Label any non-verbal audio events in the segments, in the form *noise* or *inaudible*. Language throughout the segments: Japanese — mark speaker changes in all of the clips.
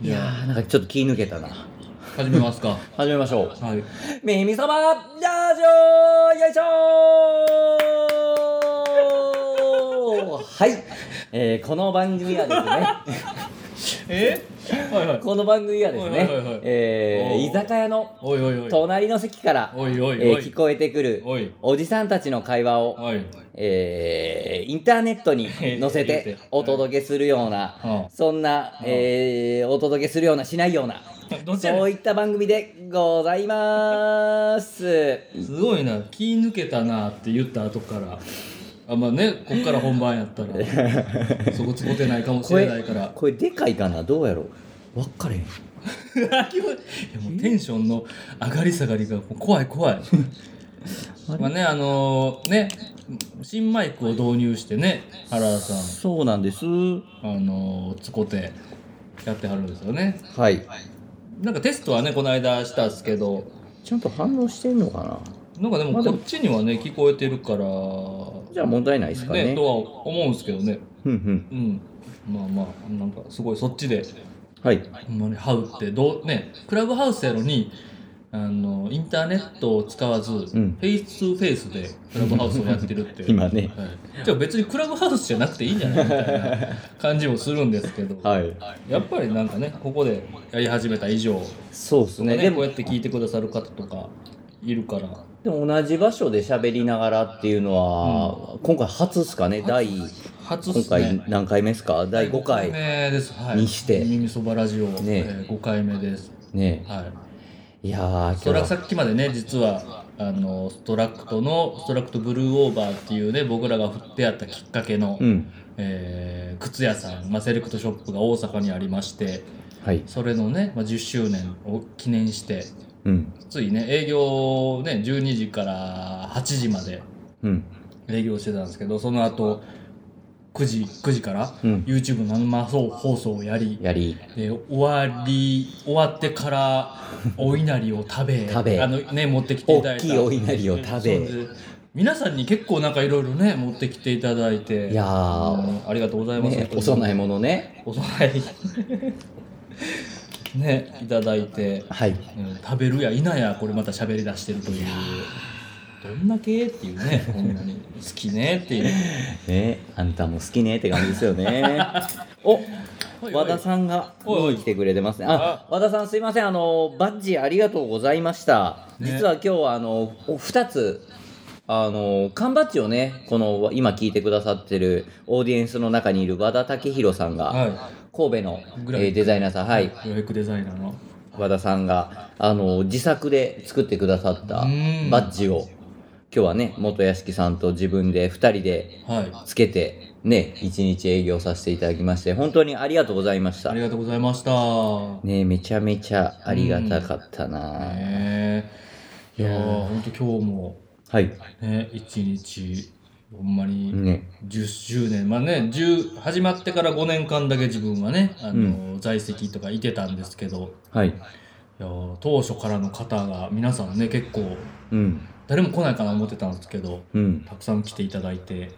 Speaker 1: いやー、なんかちょっと気抜けたな。
Speaker 2: 始めますか。
Speaker 1: 始めましょう。
Speaker 2: はい。
Speaker 1: 耳様ラジオよいしょーはい、えーこの番組は
Speaker 2: *laughs*
Speaker 1: ですね、
Speaker 2: えはいはい。
Speaker 1: この番組はですね
Speaker 2: はいはいはいはい、
Speaker 1: えー
Speaker 2: おー
Speaker 1: 居酒屋の
Speaker 2: おいおいおい。
Speaker 1: 隣の席から、え
Speaker 2: おいおいお
Speaker 1: ー
Speaker 2: い。
Speaker 1: 聞こえてくる
Speaker 2: おい。
Speaker 1: おじさんたちの会話を、
Speaker 2: はい。
Speaker 1: えーインターネットに載せ
Speaker 2: *laughs* 言って
Speaker 1: てお届けするような、
Speaker 2: は
Speaker 1: そんな、えーお届けするようなしないような、
Speaker 2: あどっちやねん
Speaker 1: そういった番組でござい
Speaker 2: *laughs*
Speaker 1: ます。
Speaker 2: すごいな。気抜けたなって言った後から。あ、まあね、こっから本番やったら。そこつこてないかもしれないから。
Speaker 1: これでかいかなどうやろう分かれへん。
Speaker 2: いやもうテンションの上がり下がりがもう怖い怖い。まあね、あのね、新マイクを導入してね、原田さん。
Speaker 1: そうなんです。は
Speaker 2: あのつこてやってはるんですよね
Speaker 1: い。
Speaker 2: なんかテストはねこの間したんですけど
Speaker 1: ちゃんと反応してんのかな
Speaker 2: なんかで
Speaker 1: まあ
Speaker 2: も
Speaker 1: で
Speaker 2: こ
Speaker 1: も
Speaker 2: っちにはね聞こえてるから
Speaker 1: じゃあ問題ないですか
Speaker 2: ね
Speaker 1: ね。
Speaker 2: とは思うんですけどね
Speaker 1: ふんふん。
Speaker 2: うんまあまあなんかすごいそっちで
Speaker 1: はい。
Speaker 2: ほんまにハウってどうねクラブハウスやのにあのインターネットを使わず、
Speaker 1: ん
Speaker 2: フェイス2フェイスでクラブハウスをやってるって
Speaker 1: *laughs* 今ね
Speaker 2: はい、じゃあ別にクラブハウスじゃなくていいんじゃないみたいな感じもするんですけど、
Speaker 1: はい。
Speaker 2: やっぱりなんかねここでやり始めた以上、
Speaker 1: そうですね。
Speaker 2: ね、
Speaker 1: で
Speaker 2: こ
Speaker 1: も
Speaker 2: う、やって聞いてくださる方とかいるから
Speaker 1: でも同じ場所で喋りながらっていうのは、今回初っすかね第、
Speaker 2: 初
Speaker 1: 今
Speaker 2: っすね
Speaker 1: 回何回目ですか第5
Speaker 2: 五
Speaker 1: 回。
Speaker 2: 目です、はい、
Speaker 1: にして
Speaker 2: 耳そばラジオ、
Speaker 1: ね
Speaker 2: え5回目です
Speaker 1: ね
Speaker 2: はい
Speaker 1: いやー、
Speaker 2: そ
Speaker 1: 今日
Speaker 2: れは
Speaker 1: は
Speaker 2: さっきまでね実はあのストラクトのストラクトブルーオーバーっていうね僕らが振ってあったきっかけの、
Speaker 1: うん。
Speaker 2: えー靴屋さん、まあ、セレクトショップが大阪にありまして
Speaker 1: はい。
Speaker 2: それのね、まあ、10周年を記念して
Speaker 1: うん。
Speaker 2: ついね営業をね12時から8時まで
Speaker 1: うん。
Speaker 2: 営業してたんですけどその後9時9時から
Speaker 1: うん
Speaker 2: YouTube の生放送をやり、
Speaker 1: やり。
Speaker 2: で終わり終わってからお稲荷を食べ
Speaker 1: 食べ
Speaker 2: あのね持ってきていただ
Speaker 1: 大
Speaker 2: いた
Speaker 1: きいお稲荷を食
Speaker 2: そう
Speaker 1: べ
Speaker 2: で。す皆さんに結構なんかいろいろね持ってきていただいて
Speaker 1: いやー
Speaker 2: うんありがとうございます、
Speaker 1: ね、お
Speaker 2: 本当に
Speaker 1: 供え物ね。
Speaker 2: お供え *laughs* ねいただいて
Speaker 1: はい。
Speaker 2: うん食べるや否やこれまた喋り出してるというどんだけっていうねこんなに好きねっていう
Speaker 1: ね、あんたも好きねって感じですよね。 *laughs* お、
Speaker 2: い
Speaker 1: 和田さんが
Speaker 2: おいおい
Speaker 1: 見に来てくれてますね。あ、和田さんすいません。あのバッジありがとうございました。
Speaker 2: ね
Speaker 1: 実は今日はあのお二つ。あの缶バッジをねこの今聞いてくださってるオーディエンスの中にいる和田武弘さんが、
Speaker 2: は
Speaker 1: 神戸の、
Speaker 2: グラフィック
Speaker 1: えーデザイナーさん、はい、
Speaker 2: いグラフィックデザイナーの
Speaker 1: 和田さんがあの自作で作ってくださった
Speaker 2: うん
Speaker 1: バッジを今日はね元屋敷さんと自分で2人で
Speaker 2: はい
Speaker 1: つけてね一日営業させていただきまして本当にありがとうございました
Speaker 2: あり
Speaker 1: ね
Speaker 2: がとうございましたね
Speaker 1: めちゃめちゃありがたかったな、
Speaker 2: えいや
Speaker 1: いやー
Speaker 2: ーほんと今日も
Speaker 1: はい
Speaker 2: ね一日ほんまに
Speaker 1: ね
Speaker 2: 10周年まあね10始まってから5年間だけ自分はねあのー、在籍とかいてたんですけど
Speaker 1: はい
Speaker 2: いやー当初からの方が皆さんね結構
Speaker 1: うん
Speaker 2: 誰も来ないかな思ってたんですけど
Speaker 1: うん
Speaker 2: たくさん来ていただいて、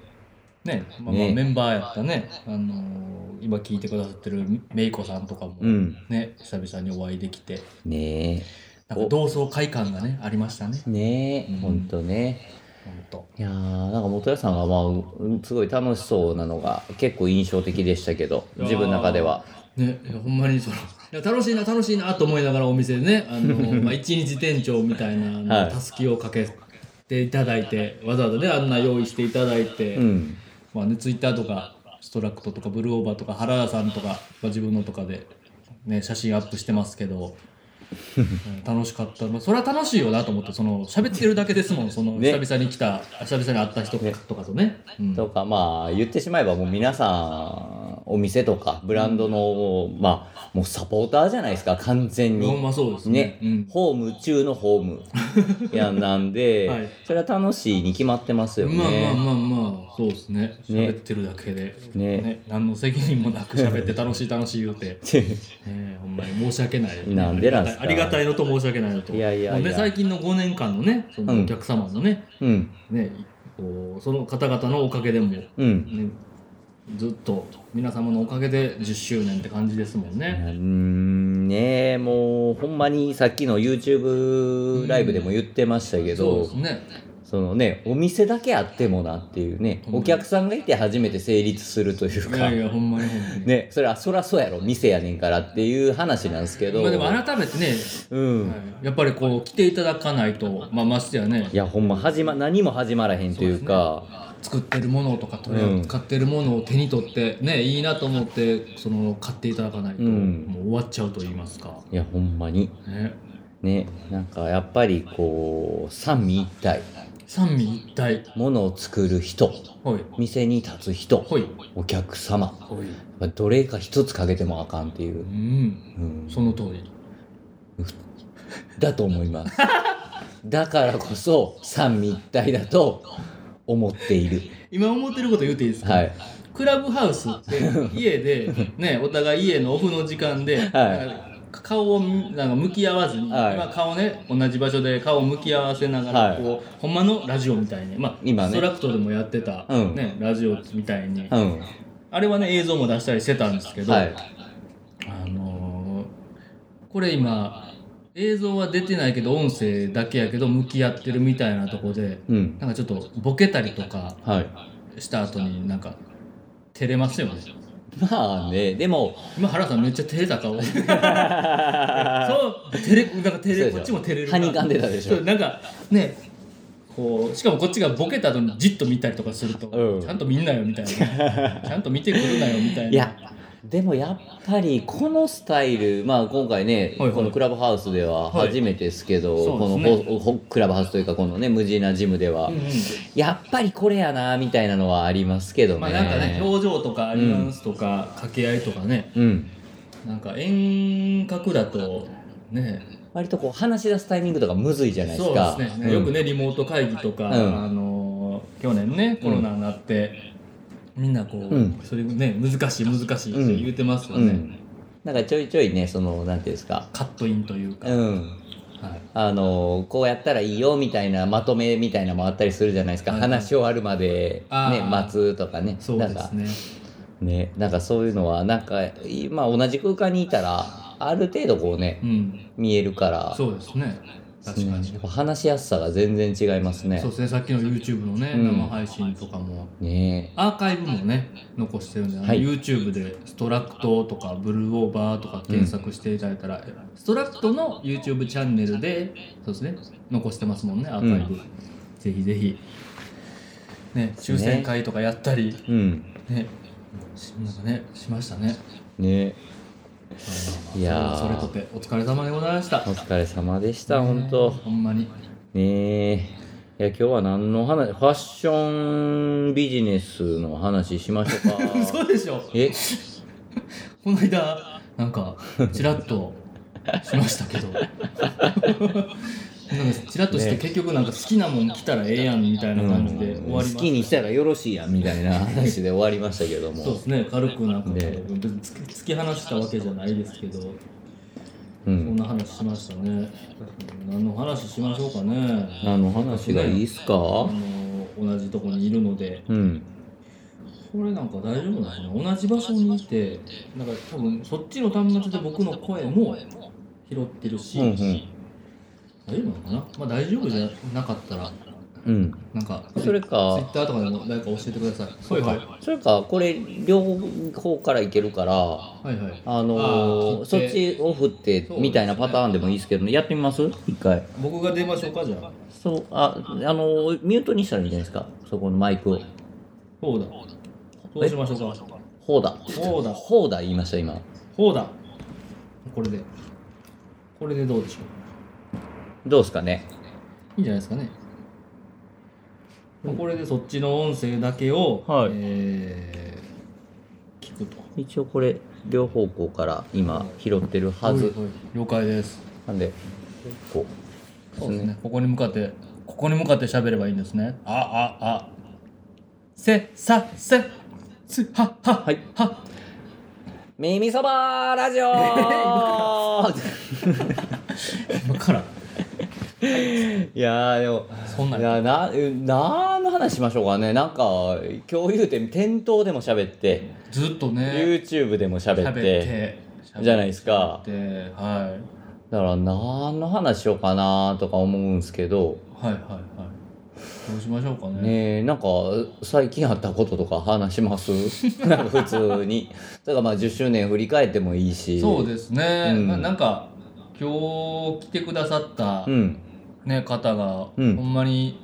Speaker 2: ねまあまあ
Speaker 1: ね
Speaker 2: メンバーやったね、あのー今聞いてくださってるめいこさんとかも、
Speaker 1: うん
Speaker 2: ね、久々にお会いできて
Speaker 1: ね
Speaker 2: なんか同窓会感がねありましたね
Speaker 1: えねえ、
Speaker 2: うん
Speaker 1: ほんとね
Speaker 2: ほんと
Speaker 1: いやーなんか元屋さんがまあうんすごい楽しそうなのが結構印象的でしたけど
Speaker 2: いやー
Speaker 1: 自分の中では
Speaker 2: ねいやほんまにそのいや楽しいな楽しいなと思いながらお店でね、あ
Speaker 1: *laughs*
Speaker 2: のーまあ、一日店長みたいなあの
Speaker 1: はい
Speaker 2: たすきをかけていただいてわざわざねあんな用意していただいて。
Speaker 1: うん
Speaker 2: まあね、ツイッターとか、ストラクトとか、ブルーオーバーとか、原田さんとか、まあ、自分のとかで、ね、写真アップしてます
Speaker 1: *laughs*
Speaker 2: けど、うん楽しかった。まあそれは楽しいよなと思って、その、喋ってるだけですもん、その、
Speaker 1: ね
Speaker 2: 久々に来た、久々に会った人とかとね。うん
Speaker 1: とかまあ言ってしまえばもう皆さんお店とかブランドの、まあもうサポーターじゃないですか完全
Speaker 2: ほん
Speaker 1: に
Speaker 2: まそうです
Speaker 1: ね
Speaker 2: ね。うん
Speaker 1: ホーム中のホームやんなんで、
Speaker 2: *laughs* はい
Speaker 1: それは楽しいに決まってますよね、
Speaker 2: まあまあまあまあ、そうですね。
Speaker 1: ね
Speaker 2: 喋ってるだけで、
Speaker 1: ね
Speaker 2: 何の責任もなく喋って楽しい楽しい言
Speaker 1: *laughs*
Speaker 2: うて。ねえほんまに申し訳ない、
Speaker 1: なんでなんすか
Speaker 2: ありがたいのと申し訳ないのと
Speaker 1: いやいやいや
Speaker 2: もうね、最近の5年間のねそ
Speaker 1: うん
Speaker 2: のお客様のね,、
Speaker 1: うん
Speaker 2: ねこうその方々のおかげでも、ね
Speaker 1: うん
Speaker 2: ずっと皆様のおかげで10周年って感じですもんね。
Speaker 1: うんねえもうほんまにさっきの YouTube ライブでも言ってましたけ
Speaker 2: そう
Speaker 1: ど、
Speaker 2: ですね。
Speaker 1: そのねお店だけあってもなっていうね、
Speaker 2: うん
Speaker 1: お客さんがいて初めて成立するという
Speaker 2: い
Speaker 1: か
Speaker 2: やいや、ほんまにほんまに。
Speaker 1: ねそれはそらそうやろ店やねんからっていう話なんですけど、
Speaker 2: まあでも改めてね、
Speaker 1: うん、
Speaker 2: やっぱりこう来ていただかないと、まあ、ましてやね
Speaker 1: いやほんま始ま何も始まらへんというか
Speaker 2: 作ってるものとか取り
Speaker 1: うん
Speaker 2: 買ってるものを手に取ってねいいなと思ってその買っていただかないと、
Speaker 1: うん
Speaker 2: もう終わっちゃうと言いますか、
Speaker 1: いやほんまに
Speaker 2: ね、
Speaker 1: ねなんかやっぱりこう三位一体
Speaker 2: 三位一体
Speaker 1: ものを作る人
Speaker 2: ほい
Speaker 1: 店に立つ人
Speaker 2: ほい
Speaker 1: お客様
Speaker 2: ほい
Speaker 1: まあどれか一つかけてもあかんっていう
Speaker 2: う、ん
Speaker 1: うん、
Speaker 2: その通り
Speaker 1: だと思います
Speaker 2: *laughs*
Speaker 1: だからこそ三位一体だと思っている
Speaker 2: 今思ってること言っていいですか、
Speaker 1: はい
Speaker 2: クラブハウ
Speaker 1: *laughs*
Speaker 2: スって家で、ね、お互い家のオフの時間で、なんか顔をなんか向き合わずに、
Speaker 1: はい
Speaker 2: 今顔ね同じ場所で顔を向き合わせながら
Speaker 1: はい
Speaker 2: こう、ほんまのラジオみたいに、まあ
Speaker 1: 今ね
Speaker 2: ストラクトでもやってた、
Speaker 1: うん
Speaker 2: ね、ラジオみたいに、
Speaker 1: うん
Speaker 2: あれはね映像も出したりしてたんですけど、
Speaker 1: はい
Speaker 2: あのーこれ今映像は出てないけど音声だけやけど向き合ってるみたいなとこで
Speaker 1: うん
Speaker 2: なんかちょっとボケたりとか
Speaker 1: はい
Speaker 2: した後になんか照れますよね。
Speaker 1: まあねでも
Speaker 2: 今原さんめっちゃ照れ
Speaker 1: *laughs*
Speaker 2: た顔そう
Speaker 1: は
Speaker 2: 照れなんか照
Speaker 1: そう
Speaker 2: れ
Speaker 1: でしょ
Speaker 2: こっちも照れる
Speaker 1: にかんでたでし
Speaker 2: そ
Speaker 1: ょ
Speaker 2: うなんかねこうしかもこっちがボケた後にじっと見たりとかすると、
Speaker 1: うん
Speaker 2: ちゃんと見んなよみ
Speaker 1: *laughs*
Speaker 2: たいなちゃんと見てくるなよみたいない
Speaker 1: やでもやっぱりこのスタイルまあ今回ね、
Speaker 2: はいはい
Speaker 1: このクラブハウスでは
Speaker 2: はい
Speaker 1: 初めてですけど、
Speaker 2: そうです
Speaker 1: こ
Speaker 2: ね
Speaker 1: のほほクラブハウスというかこのね無人なジムでは、
Speaker 2: うんう
Speaker 1: やっぱりこれやなみたいなのはありますけどね
Speaker 2: ん、まあなんかね表情とかアニュアンスとか掛け合いとかね、
Speaker 1: うん
Speaker 2: なんか遠隔だとね
Speaker 1: 割とこう話し出すタイミングとかむずいじゃないです
Speaker 2: そう
Speaker 1: か
Speaker 2: ですね、
Speaker 1: うん
Speaker 2: よくねリモート会議と
Speaker 1: う
Speaker 2: か、
Speaker 1: ん
Speaker 2: あのー去年ねコロナになって、みんなこう、
Speaker 1: うん
Speaker 2: それね難しい難しいって言うてますよ
Speaker 1: う
Speaker 2: ね、
Speaker 1: んなんかちょいちょいねそのなんていうんですか
Speaker 2: カットインというか、
Speaker 1: うん
Speaker 2: はい、
Speaker 1: あのこうやったらいいよみたいなまとめみたいなのもあったりするじゃないですか、
Speaker 2: はい
Speaker 1: 話終わるまで、
Speaker 2: あ
Speaker 1: ね、
Speaker 2: ー
Speaker 1: 待つとかね
Speaker 2: そう
Speaker 1: なん
Speaker 2: で
Speaker 1: か
Speaker 2: すね
Speaker 1: ねなんかそういうのはなんかいまあ同じ空間にいたらある程度こうね
Speaker 2: うん
Speaker 1: 見えるから
Speaker 2: そうですね確か
Speaker 1: ね
Speaker 2: に、
Speaker 1: やっぱ話しやすさが全然違いますね
Speaker 2: そうですねさっきの YouTube のね、
Speaker 1: うん
Speaker 2: 生配信とかも
Speaker 1: ね
Speaker 2: アーカイブもね残してるんで、あの
Speaker 1: はい
Speaker 2: YouTube でストラクトとかブルーオーバーとか検索していただいたら、ストラクトの YouTube チャンネルでそうですね残してますもんねアーカイブ、
Speaker 1: う
Speaker 2: ぜひぜひね抽選会とかやったり
Speaker 1: うん
Speaker 2: ねしなんかねしましたね
Speaker 1: ねいやー
Speaker 2: それとてお疲れ様でございました
Speaker 1: お疲れ様でした本当
Speaker 2: ほんまに
Speaker 1: ねえいや今日は何の話ファッションビジネスの話しましょう
Speaker 2: *laughs* そ
Speaker 1: か
Speaker 2: うでしょ
Speaker 1: え
Speaker 2: この間なんかちらっとしましたけどなんかちらっとして
Speaker 1: ね
Speaker 2: 結局なんか好きなもん着たらええやんみたいな感じで終わりました
Speaker 1: 好きにしたらよろしいやんみたいな話で終わりましたけども
Speaker 2: *laughs* そうですね軽くなんかこう
Speaker 1: ね
Speaker 2: 別に突き突き放したわけじゃないですけどそ
Speaker 1: うん
Speaker 2: んな話しましたね何の話しましょうかね
Speaker 1: あの話がいいっすか
Speaker 2: あの同じとこにいるので
Speaker 1: うん
Speaker 2: これなんか大丈夫なのかな同じ場所にいてなんか多分そっちの端末で僕の声も拾ってるし、
Speaker 1: うんうん
Speaker 2: 大丈夫なのかな、まあ、大丈夫じゃなかったら
Speaker 1: うん
Speaker 2: なんか
Speaker 1: それ
Speaker 2: ツイッ
Speaker 1: か
Speaker 2: ターとかでも誰か教えてくださいはいはい
Speaker 1: それかこれ両方からいけるから
Speaker 2: はいはい
Speaker 1: あのー
Speaker 2: あー
Speaker 1: そ
Speaker 2: 切
Speaker 1: っ
Speaker 2: って
Speaker 1: ちを振ってみたいなパターンでもいいですけど、やってみます一回
Speaker 2: 僕が出ましょうかじゃあ
Speaker 1: そうああのーミュートにしたらいいんじゃないですかそこのマイクを
Speaker 2: ほうだどうしましょうか
Speaker 1: ほうだ
Speaker 2: ほうだ
Speaker 1: ほうだ言いました今
Speaker 2: ほうだこれでこれでどうでしょう
Speaker 1: どうですかね
Speaker 2: いいんじゃないですかね、まあこれでそっちの音声だけを、
Speaker 1: はい
Speaker 2: えー聞くと
Speaker 1: 一応これ両方向から今拾ってるはず
Speaker 2: いい了解です
Speaker 1: なんでこ
Speaker 2: そうですねここに向かってここに向かって喋ればいいんですねあああせさせすはははいは
Speaker 1: う「耳そばラジオ」
Speaker 2: 今から
Speaker 1: いやーでも
Speaker 2: そんなん
Speaker 1: いやなえ何の話しましょうかねなんか共有点店頭でも喋って、
Speaker 2: ずっとね
Speaker 1: YouTube でも喋
Speaker 2: 喋
Speaker 1: っ
Speaker 2: ってて
Speaker 1: じゃないですか
Speaker 2: 喋っては
Speaker 1: だから何の話しようかなとか思うんですけど
Speaker 2: いはいはいはいどうしましょうかね
Speaker 1: ねえなんか最近あったこととか話します
Speaker 2: *laughs*
Speaker 1: なんか普通にだからまあ10周年振り返ってもいいし
Speaker 2: そうですね、
Speaker 1: うん
Speaker 2: ななんか今日来てくださった、
Speaker 1: うん
Speaker 2: ね方が、
Speaker 1: うん
Speaker 2: ほんまに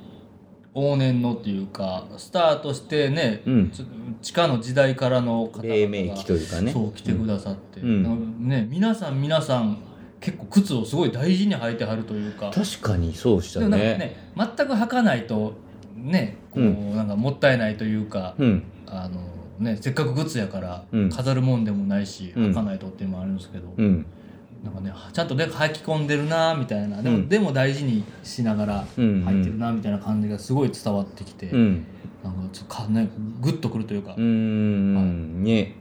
Speaker 2: 往年のっていうかスタートしてね、
Speaker 1: うん
Speaker 2: ちょ地下の時代からの方々が
Speaker 1: 黎明期というかね
Speaker 2: そう来てくださって、
Speaker 1: うん
Speaker 2: なんかね、皆さん皆さん結構靴をすごい大事に履いてはるというか
Speaker 1: 確かにそうした
Speaker 2: でもなんか
Speaker 1: ね
Speaker 2: ね全く履かないとねこう、
Speaker 1: う
Speaker 2: なんかもったいないというか、
Speaker 1: うん
Speaker 2: あのね、せっかく靴やから
Speaker 1: うん
Speaker 2: 飾るもんでもないし、
Speaker 1: うん
Speaker 2: 履かないとっていうのもあるんですけど、
Speaker 1: うん
Speaker 2: なんかねちゃんとね履き込んでるなみたいなでも,、
Speaker 1: うん
Speaker 2: でも大事にしながら
Speaker 1: うんうん
Speaker 2: 履いてるなみたいな感じがすごい伝わってきて、
Speaker 1: うん
Speaker 2: なんかちょっとかねグッとくるというか
Speaker 1: うー、んね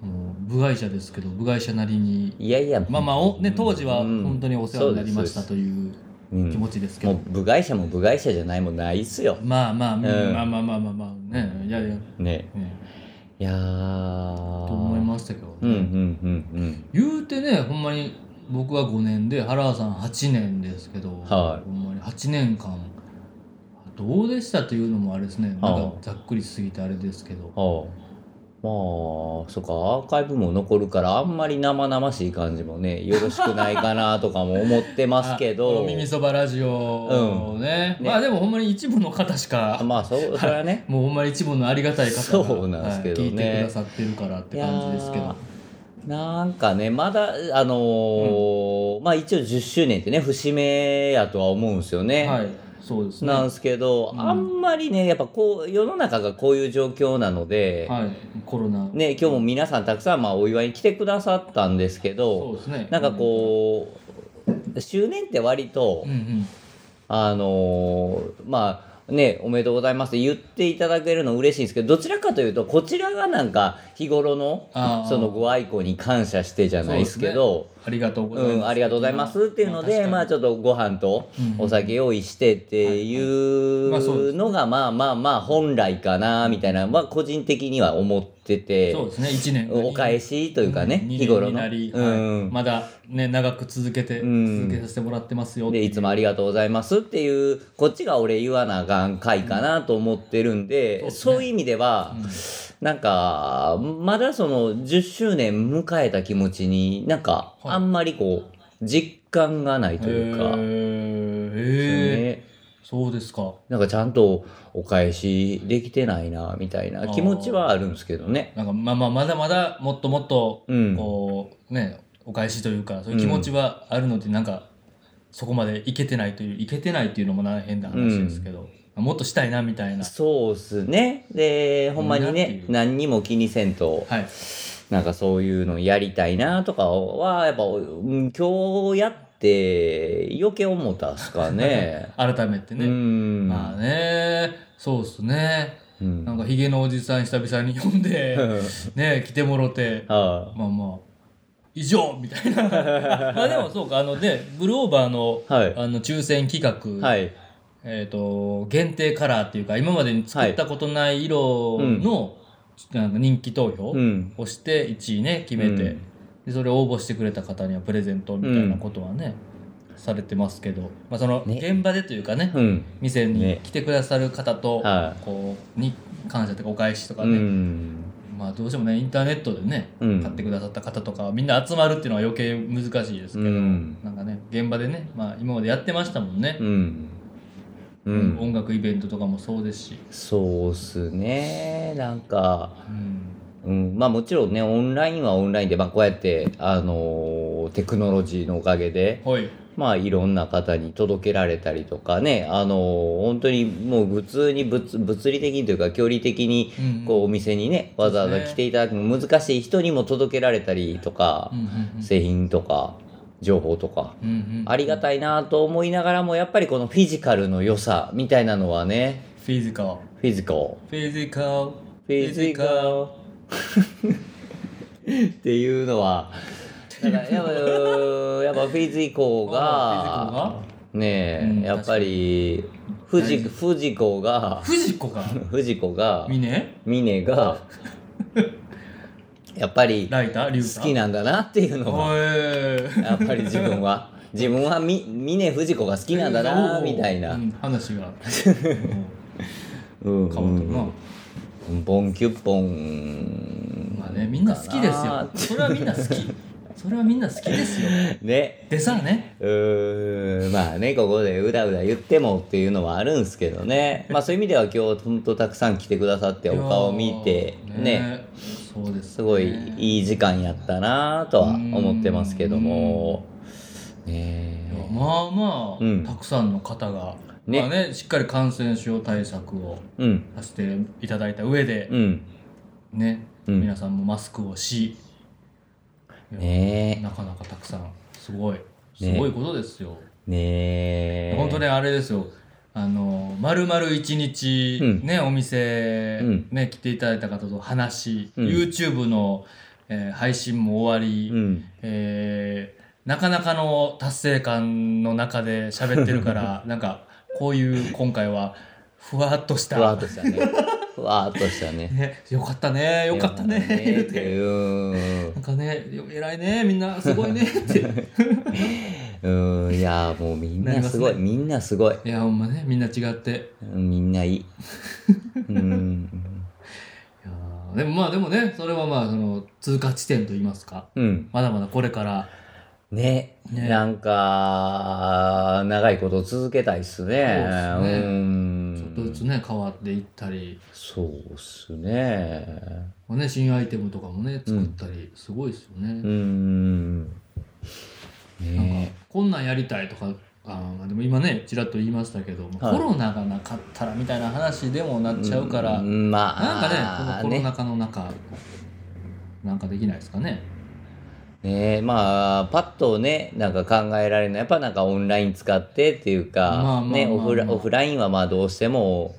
Speaker 2: もう部外者ですけど部外者なりに
Speaker 1: いやいや
Speaker 2: まあまあお、ね、当時は
Speaker 1: うん
Speaker 2: 本当にお世話になりましたという
Speaker 1: うん
Speaker 2: 気持ちですけ
Speaker 1: も
Speaker 2: ど、
Speaker 1: う部外者も部外者じゃないもんないっすよ
Speaker 2: まあまあ、うん
Speaker 1: うん
Speaker 2: まあまあまあまあまあねいやいや、
Speaker 1: ね
Speaker 2: ね
Speaker 1: いやー
Speaker 2: と思いましたけどね、
Speaker 1: うんうんうんうん
Speaker 2: 言うてねほんまに僕は5年で原田さん8年ですけど、
Speaker 1: はい
Speaker 2: ほんまに8年間どうでしたというのもあれですねなん
Speaker 1: は
Speaker 2: か
Speaker 1: あ
Speaker 2: ざっくりしすぎてあれですけど
Speaker 1: はあまあそっかアーカイブも残るからあんまり生々しい感じもねよろしくないかなとかも思ってますけ
Speaker 2: *laughs* あこ
Speaker 1: ど
Speaker 2: の耳そばラジオ
Speaker 1: う
Speaker 2: ね,、
Speaker 1: んね
Speaker 2: まあでもほんまに一部の方しか
Speaker 1: まあそうそれはね
Speaker 2: もうほんまに一部のありがたい方が
Speaker 1: そうなんですけどね
Speaker 2: はい聞いてくださってるからって感じですけ
Speaker 1: いや
Speaker 2: ど
Speaker 1: ーなんかねまだあのーまあ一応10周年ってね節目やとは思うんですよね、
Speaker 2: はいそうですね
Speaker 1: な
Speaker 2: は
Speaker 1: んすけど、
Speaker 2: うん
Speaker 1: あんまりねやっぱこう世の中がこういう状況なので、
Speaker 2: いコロナ、
Speaker 1: ね、今日も皆さんたくさんまあお祝いに来てくださったんですけ
Speaker 2: そう
Speaker 1: ど
Speaker 2: ですね
Speaker 1: なんかこう周年って割と、
Speaker 2: うんうん
Speaker 1: あのーまあね、おめでとうございますって言っていただけるの嬉しいんですけどどちらかというとこちらがなんか日頃の
Speaker 2: あー
Speaker 1: そのご愛顧に感謝してじゃないですけど、
Speaker 2: ありがとうございうます、
Speaker 1: ん、ありがとうございますっていうので、まあ、ちょっとご飯と
Speaker 2: うん
Speaker 1: お酒用意してって
Speaker 2: はいはいまあそう
Speaker 1: い
Speaker 2: で
Speaker 1: う
Speaker 2: す
Speaker 1: のがまあまあまあ本来かなみたいなまあ個人的には思ってて
Speaker 2: そうですね1年
Speaker 1: お返しというかね
Speaker 2: ん二
Speaker 1: 日頃
Speaker 2: 年に
Speaker 1: の
Speaker 2: なり、
Speaker 1: うん
Speaker 2: はいまだね長く続けて、
Speaker 1: うん
Speaker 2: 続けさせてもらってますよって
Speaker 1: で
Speaker 2: う
Speaker 1: いつもありがとうございますっていうこっちが俺言わなあかん回かなと思ってるんで、
Speaker 2: うん
Speaker 1: そ
Speaker 2: そううですね
Speaker 1: いう意味では、なんかまだその10周年迎えた気持ちになんか
Speaker 2: はい
Speaker 1: あんまりこう実感がないというか、
Speaker 2: へーへー
Speaker 1: ね、
Speaker 2: そうですか
Speaker 1: なんかちゃんとお返しできてないなみたいな気持ちはあるんですけどね。
Speaker 2: なんかまあまあまだまだもっともっと
Speaker 1: うん
Speaker 2: こう、ねお返しというかそういう気持ちはあるので、なんかそこまでいけてないといういけてないっていうのもな変な話ですけど、もっとしたいなみたいな
Speaker 1: そうっすね。で、ほんまに
Speaker 2: いいなって
Speaker 1: ね
Speaker 2: い、う
Speaker 1: 何にも気にせんと、
Speaker 2: はい。
Speaker 1: なんかそういうのやりたいなとかは、やっぱ、うん今日やって余計思ったっすかね
Speaker 2: 改め *laughs* てね、
Speaker 1: うん。
Speaker 2: まあねそうっすね
Speaker 1: うん
Speaker 2: なんかヒゲのおじさん久々に呼んで
Speaker 1: *laughs*
Speaker 2: ね来てもろて
Speaker 1: は
Speaker 2: まあまあ以上みた
Speaker 1: *laughs*
Speaker 2: いなまあでもそうかあのねブルーオーバーの,、
Speaker 1: *laughs* はい
Speaker 2: あの抽選企
Speaker 1: い
Speaker 2: 画、
Speaker 1: はい。
Speaker 2: えー、と限定カラーっていうか今までに作ったことない色の、なんか人気投票
Speaker 1: うん。
Speaker 2: をして1位ね決めて、
Speaker 1: うん
Speaker 2: でそれを応募してくれた方にはプレゼントみたいなことはね、されてますけど、まあ、その
Speaker 1: ね
Speaker 2: 現場でというかね
Speaker 1: うん。
Speaker 2: 店
Speaker 1: ね
Speaker 2: に来てくださる方と、
Speaker 1: は
Speaker 2: こうに感謝とかお返しとか
Speaker 1: う
Speaker 2: ね、
Speaker 1: ん。
Speaker 2: まあどうしてもねインターネットでね、
Speaker 1: うん
Speaker 2: 買ってくださった方とかはみんな集まるっていうのは余計難しいですけど、
Speaker 1: うん
Speaker 2: なんかね現場でね、まあ、今までやってましたもんね
Speaker 1: う、ん。うん。
Speaker 2: 音楽イベントとかもそうですし、
Speaker 1: そうっすね。なんか、
Speaker 2: うん
Speaker 1: うん、まあもちろんねオンラインはオンラインで、まあ、こうやって、あのーテクノロジーのおかげで、
Speaker 2: はい
Speaker 1: まあ、いろんな方に届けられたりとかね、あのー本当にもう普通に物物理的にというか距離的に
Speaker 2: うんうん
Speaker 1: こうお店にねわざわざ来ていただくの難しい人にも届けられたりとか、
Speaker 2: うんうん
Speaker 1: 製品とか情報とか。
Speaker 2: うんうんうん
Speaker 1: ありがたいなと思いながらもやっぱりこのフィジカルの良さみたいなのはね
Speaker 2: フィジカル
Speaker 1: フィジカル
Speaker 2: フィジカル
Speaker 1: フィジカル *laughs* っていうのはだからやっぱ *laughs* うーやっぱフィジコが
Speaker 2: あフィジ
Speaker 1: ねえ、
Speaker 2: うん
Speaker 1: やっぱり藤
Speaker 2: 何
Speaker 1: 藤子が *laughs*
Speaker 2: 藤子が
Speaker 1: 藤子が
Speaker 2: 峰
Speaker 1: 峰
Speaker 2: *laughs*
Speaker 1: がやっぱり
Speaker 2: ライター龍太
Speaker 1: 好きなんだなっていうのを
Speaker 2: おえ
Speaker 1: やっぱり自分は
Speaker 2: *laughs*
Speaker 1: 自分はみ峰藤子が好きなんだなみたいな、
Speaker 2: うん話
Speaker 1: *laughs*
Speaker 2: が
Speaker 1: うん、
Speaker 2: 変わったな
Speaker 1: ボンキュッポン
Speaker 2: まあねみんな好きですよそれはみんな好きそれはみんな好きですよ
Speaker 1: ね
Speaker 2: でさあね
Speaker 1: うーんまあねここでうだうだ言ってもっていうのはあるんですけどねまあそういう意味では今日ほんとたくさん来てくださってお顔見て
Speaker 2: いやー
Speaker 1: ね
Speaker 2: そうですね
Speaker 1: すごいいい時間やったなとは思ってますけどもね
Speaker 2: いやまあまあ、
Speaker 1: うん
Speaker 2: たくさんの方が、
Speaker 1: ね
Speaker 2: まあね、しっかり感染症対策を
Speaker 1: えうん
Speaker 2: させていただいた上で、
Speaker 1: うん
Speaker 2: ね、
Speaker 1: うん
Speaker 2: 皆さんもマスクをし、
Speaker 1: ね
Speaker 2: なかなかたくさんすごいすごいことですよ。
Speaker 1: えねえ
Speaker 2: 本当ねあれですよあの丸々一日、
Speaker 1: うん
Speaker 2: ねお店、
Speaker 1: うん
Speaker 2: ね来ていただいた方と話、し
Speaker 1: うん
Speaker 2: YouTube の、えー配信も終わり、
Speaker 1: うん
Speaker 2: えーなかなかの達成感の中で喋ってるから
Speaker 1: *laughs*
Speaker 2: なんかこういう今回はふわっとした
Speaker 1: ふわっとしたねふわっとしたね
Speaker 2: ね、よかったねよかったね言うて
Speaker 1: うん
Speaker 2: なんかねよ偉いねみんなすごいねって
Speaker 1: *laughs* うんいやもうみんなすごい
Speaker 2: なりますね
Speaker 1: みんなすごい
Speaker 2: いやほんまねみんな違って
Speaker 1: うんみんない
Speaker 2: *laughs*
Speaker 1: いうん
Speaker 2: いやーでもまあでもねそれはまあその通過地点といいますか
Speaker 1: うん
Speaker 2: まだまだこれから
Speaker 1: ね
Speaker 2: ね
Speaker 1: なんか長いこと続けたいっすね
Speaker 2: そうっすね
Speaker 1: ん
Speaker 2: ちょっとずつね変わっていったり、
Speaker 1: そうっすね
Speaker 2: ね、新アイテムとかもね作ったりすごいですよ
Speaker 1: う
Speaker 2: ね、
Speaker 1: ん
Speaker 2: なんか
Speaker 1: ね
Speaker 2: こんなんやりたいとかあーでも今ねちらっと言いましたけど、コ
Speaker 1: はい
Speaker 2: ロナがなかったらみたいな話でもなっちゃうから、
Speaker 1: んまあ
Speaker 2: なんかねこのコロ
Speaker 1: ね
Speaker 2: ナ禍の中、なんかできないですかね
Speaker 1: ねまあパッとねなんか考えられないやっぱなんかオンライン使ってっていう
Speaker 2: まあまあ
Speaker 1: か
Speaker 2: まあ
Speaker 1: ね
Speaker 2: まあ
Speaker 1: オフラオフラインはまあどうしても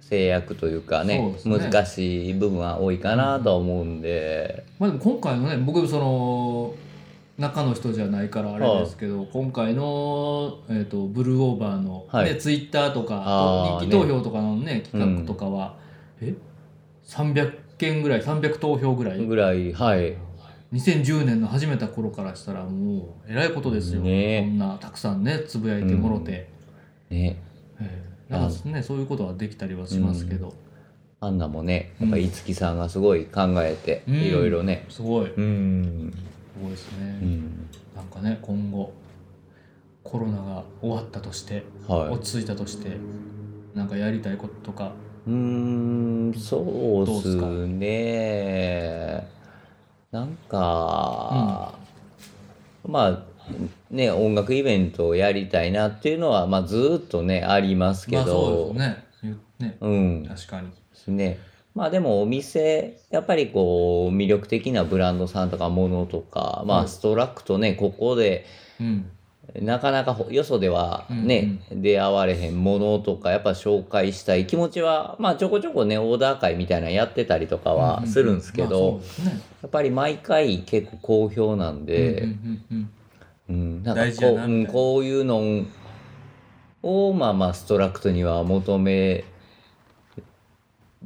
Speaker 1: 制約というか
Speaker 2: そう
Speaker 1: ね
Speaker 2: ですね
Speaker 1: 難しい部分は多いかなとは思うんで
Speaker 2: まあでも今回のね僕その中の人じゃないからあれですけど、今回の、えー、とブルーオーバーの、
Speaker 1: はい
Speaker 2: ね、ツイッターとか
Speaker 1: あー
Speaker 2: 人気投票とかのね企画とかは、え300件ぐらい300投票ぐらい、
Speaker 1: ぐらいはい
Speaker 2: 2010年の始めた頃からしたらもうえらいことですよ、
Speaker 1: ね
Speaker 2: こんなたくさんねつぶやいてもろて、
Speaker 1: ね
Speaker 2: えーだからねそういうことはできたりはしますけど、
Speaker 1: アンナもねやっぱ五木さんがすごい考えて
Speaker 2: うん
Speaker 1: いろいろね
Speaker 2: すごいす
Speaker 1: うん
Speaker 2: ごいですね、
Speaker 1: うん
Speaker 2: なんかね今後コロナが終わったとして
Speaker 1: はい
Speaker 2: 落ち着いたとしてなんかやりたいこととか
Speaker 1: うーん、そう
Speaker 2: ど
Speaker 1: っ
Speaker 2: うっすか
Speaker 1: すね。なんか、まあ、ね、音楽イベントをやりたいなっていうのは、まあ、ずーっとね、ありますけ
Speaker 2: まあ
Speaker 1: ど、
Speaker 2: そうですね言うね
Speaker 1: うん、で
Speaker 2: 確かに
Speaker 1: すね。まあでもお店、やっぱりこう、魅力的なブランドさんとかものとか、ま
Speaker 2: う
Speaker 1: あ
Speaker 2: ん
Speaker 1: ストラックとね、ここで、
Speaker 2: うん
Speaker 1: なかなかほよそではね、出会われへんものとかやっぱ紹介したい気持ちはまあちょこちょこねオーダー会みたいなのやってたりとか
Speaker 2: うん
Speaker 1: は
Speaker 2: うん
Speaker 1: するんですけど、
Speaker 2: まあそうですね
Speaker 1: やっぱり毎回結構好評なん
Speaker 2: うんう
Speaker 1: で、
Speaker 2: んうん
Speaker 1: う
Speaker 2: うん
Speaker 1: んなん
Speaker 2: 大
Speaker 1: か
Speaker 2: 事
Speaker 1: こ
Speaker 2: や
Speaker 1: う,、
Speaker 2: な
Speaker 1: う
Speaker 2: み
Speaker 1: ん、
Speaker 2: たいな
Speaker 1: こういうのをまあまあストラクトには求め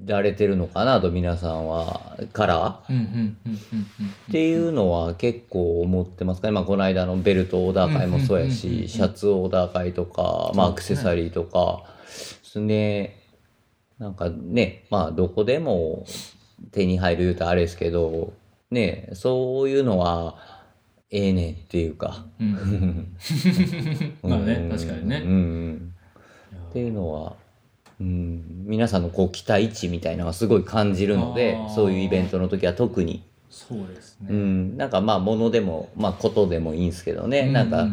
Speaker 1: られてるのかなと皆さんはから
Speaker 2: うんうんうんうん
Speaker 1: っていうのは結構思ってますかね、まあ、この間のベルトオーダー会もそうや
Speaker 2: うんうんうんうん
Speaker 1: しシャツオーダー会とか、まあ、ア
Speaker 2: そう
Speaker 1: ク
Speaker 2: です
Speaker 1: セ
Speaker 2: ね
Speaker 1: サリーとかですねなんかねまあどこでも手に入る言うとあれですけどねそういうのはええねんっていうか。
Speaker 2: うんうん
Speaker 1: *laughs*
Speaker 2: うんまあ
Speaker 1: う
Speaker 2: ね
Speaker 1: ん
Speaker 2: 確かに
Speaker 1: う
Speaker 2: ね
Speaker 1: んっていうのは、うん、皆さんのこう期待値みたいなのがすごい感じるので
Speaker 2: あー
Speaker 1: そういうイベントの時は特に。
Speaker 2: そうです
Speaker 1: う
Speaker 2: ね
Speaker 1: ん、なんかまあ物でも、まあ、ことでもいいんですけどね、
Speaker 2: う
Speaker 1: なんか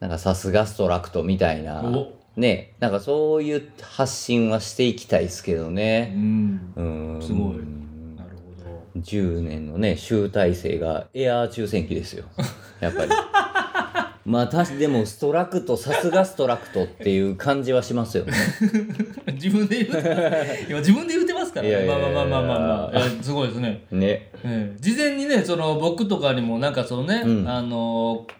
Speaker 1: なんかさすがストラクトみたいな
Speaker 2: お
Speaker 1: ねなんかそういう発信はしていきたいですけど
Speaker 2: う
Speaker 1: ね、
Speaker 2: ん
Speaker 1: うん、
Speaker 2: すごいなるほど *laughs*
Speaker 1: 10年のね集大成がエアー抽選機ですよやっぱり *laughs* まあたしでもストラクトさすがストラクトっていう感じはしますよね
Speaker 2: 自分で言うて今自分で言うてますから
Speaker 1: いやい
Speaker 2: ね
Speaker 1: や
Speaker 2: まあ
Speaker 1: いやいや
Speaker 2: まあまあまあまあまあいやすごいですね
Speaker 1: ね
Speaker 2: ええ事前にねその僕とかにもなんかそのね、
Speaker 1: うん
Speaker 2: あのー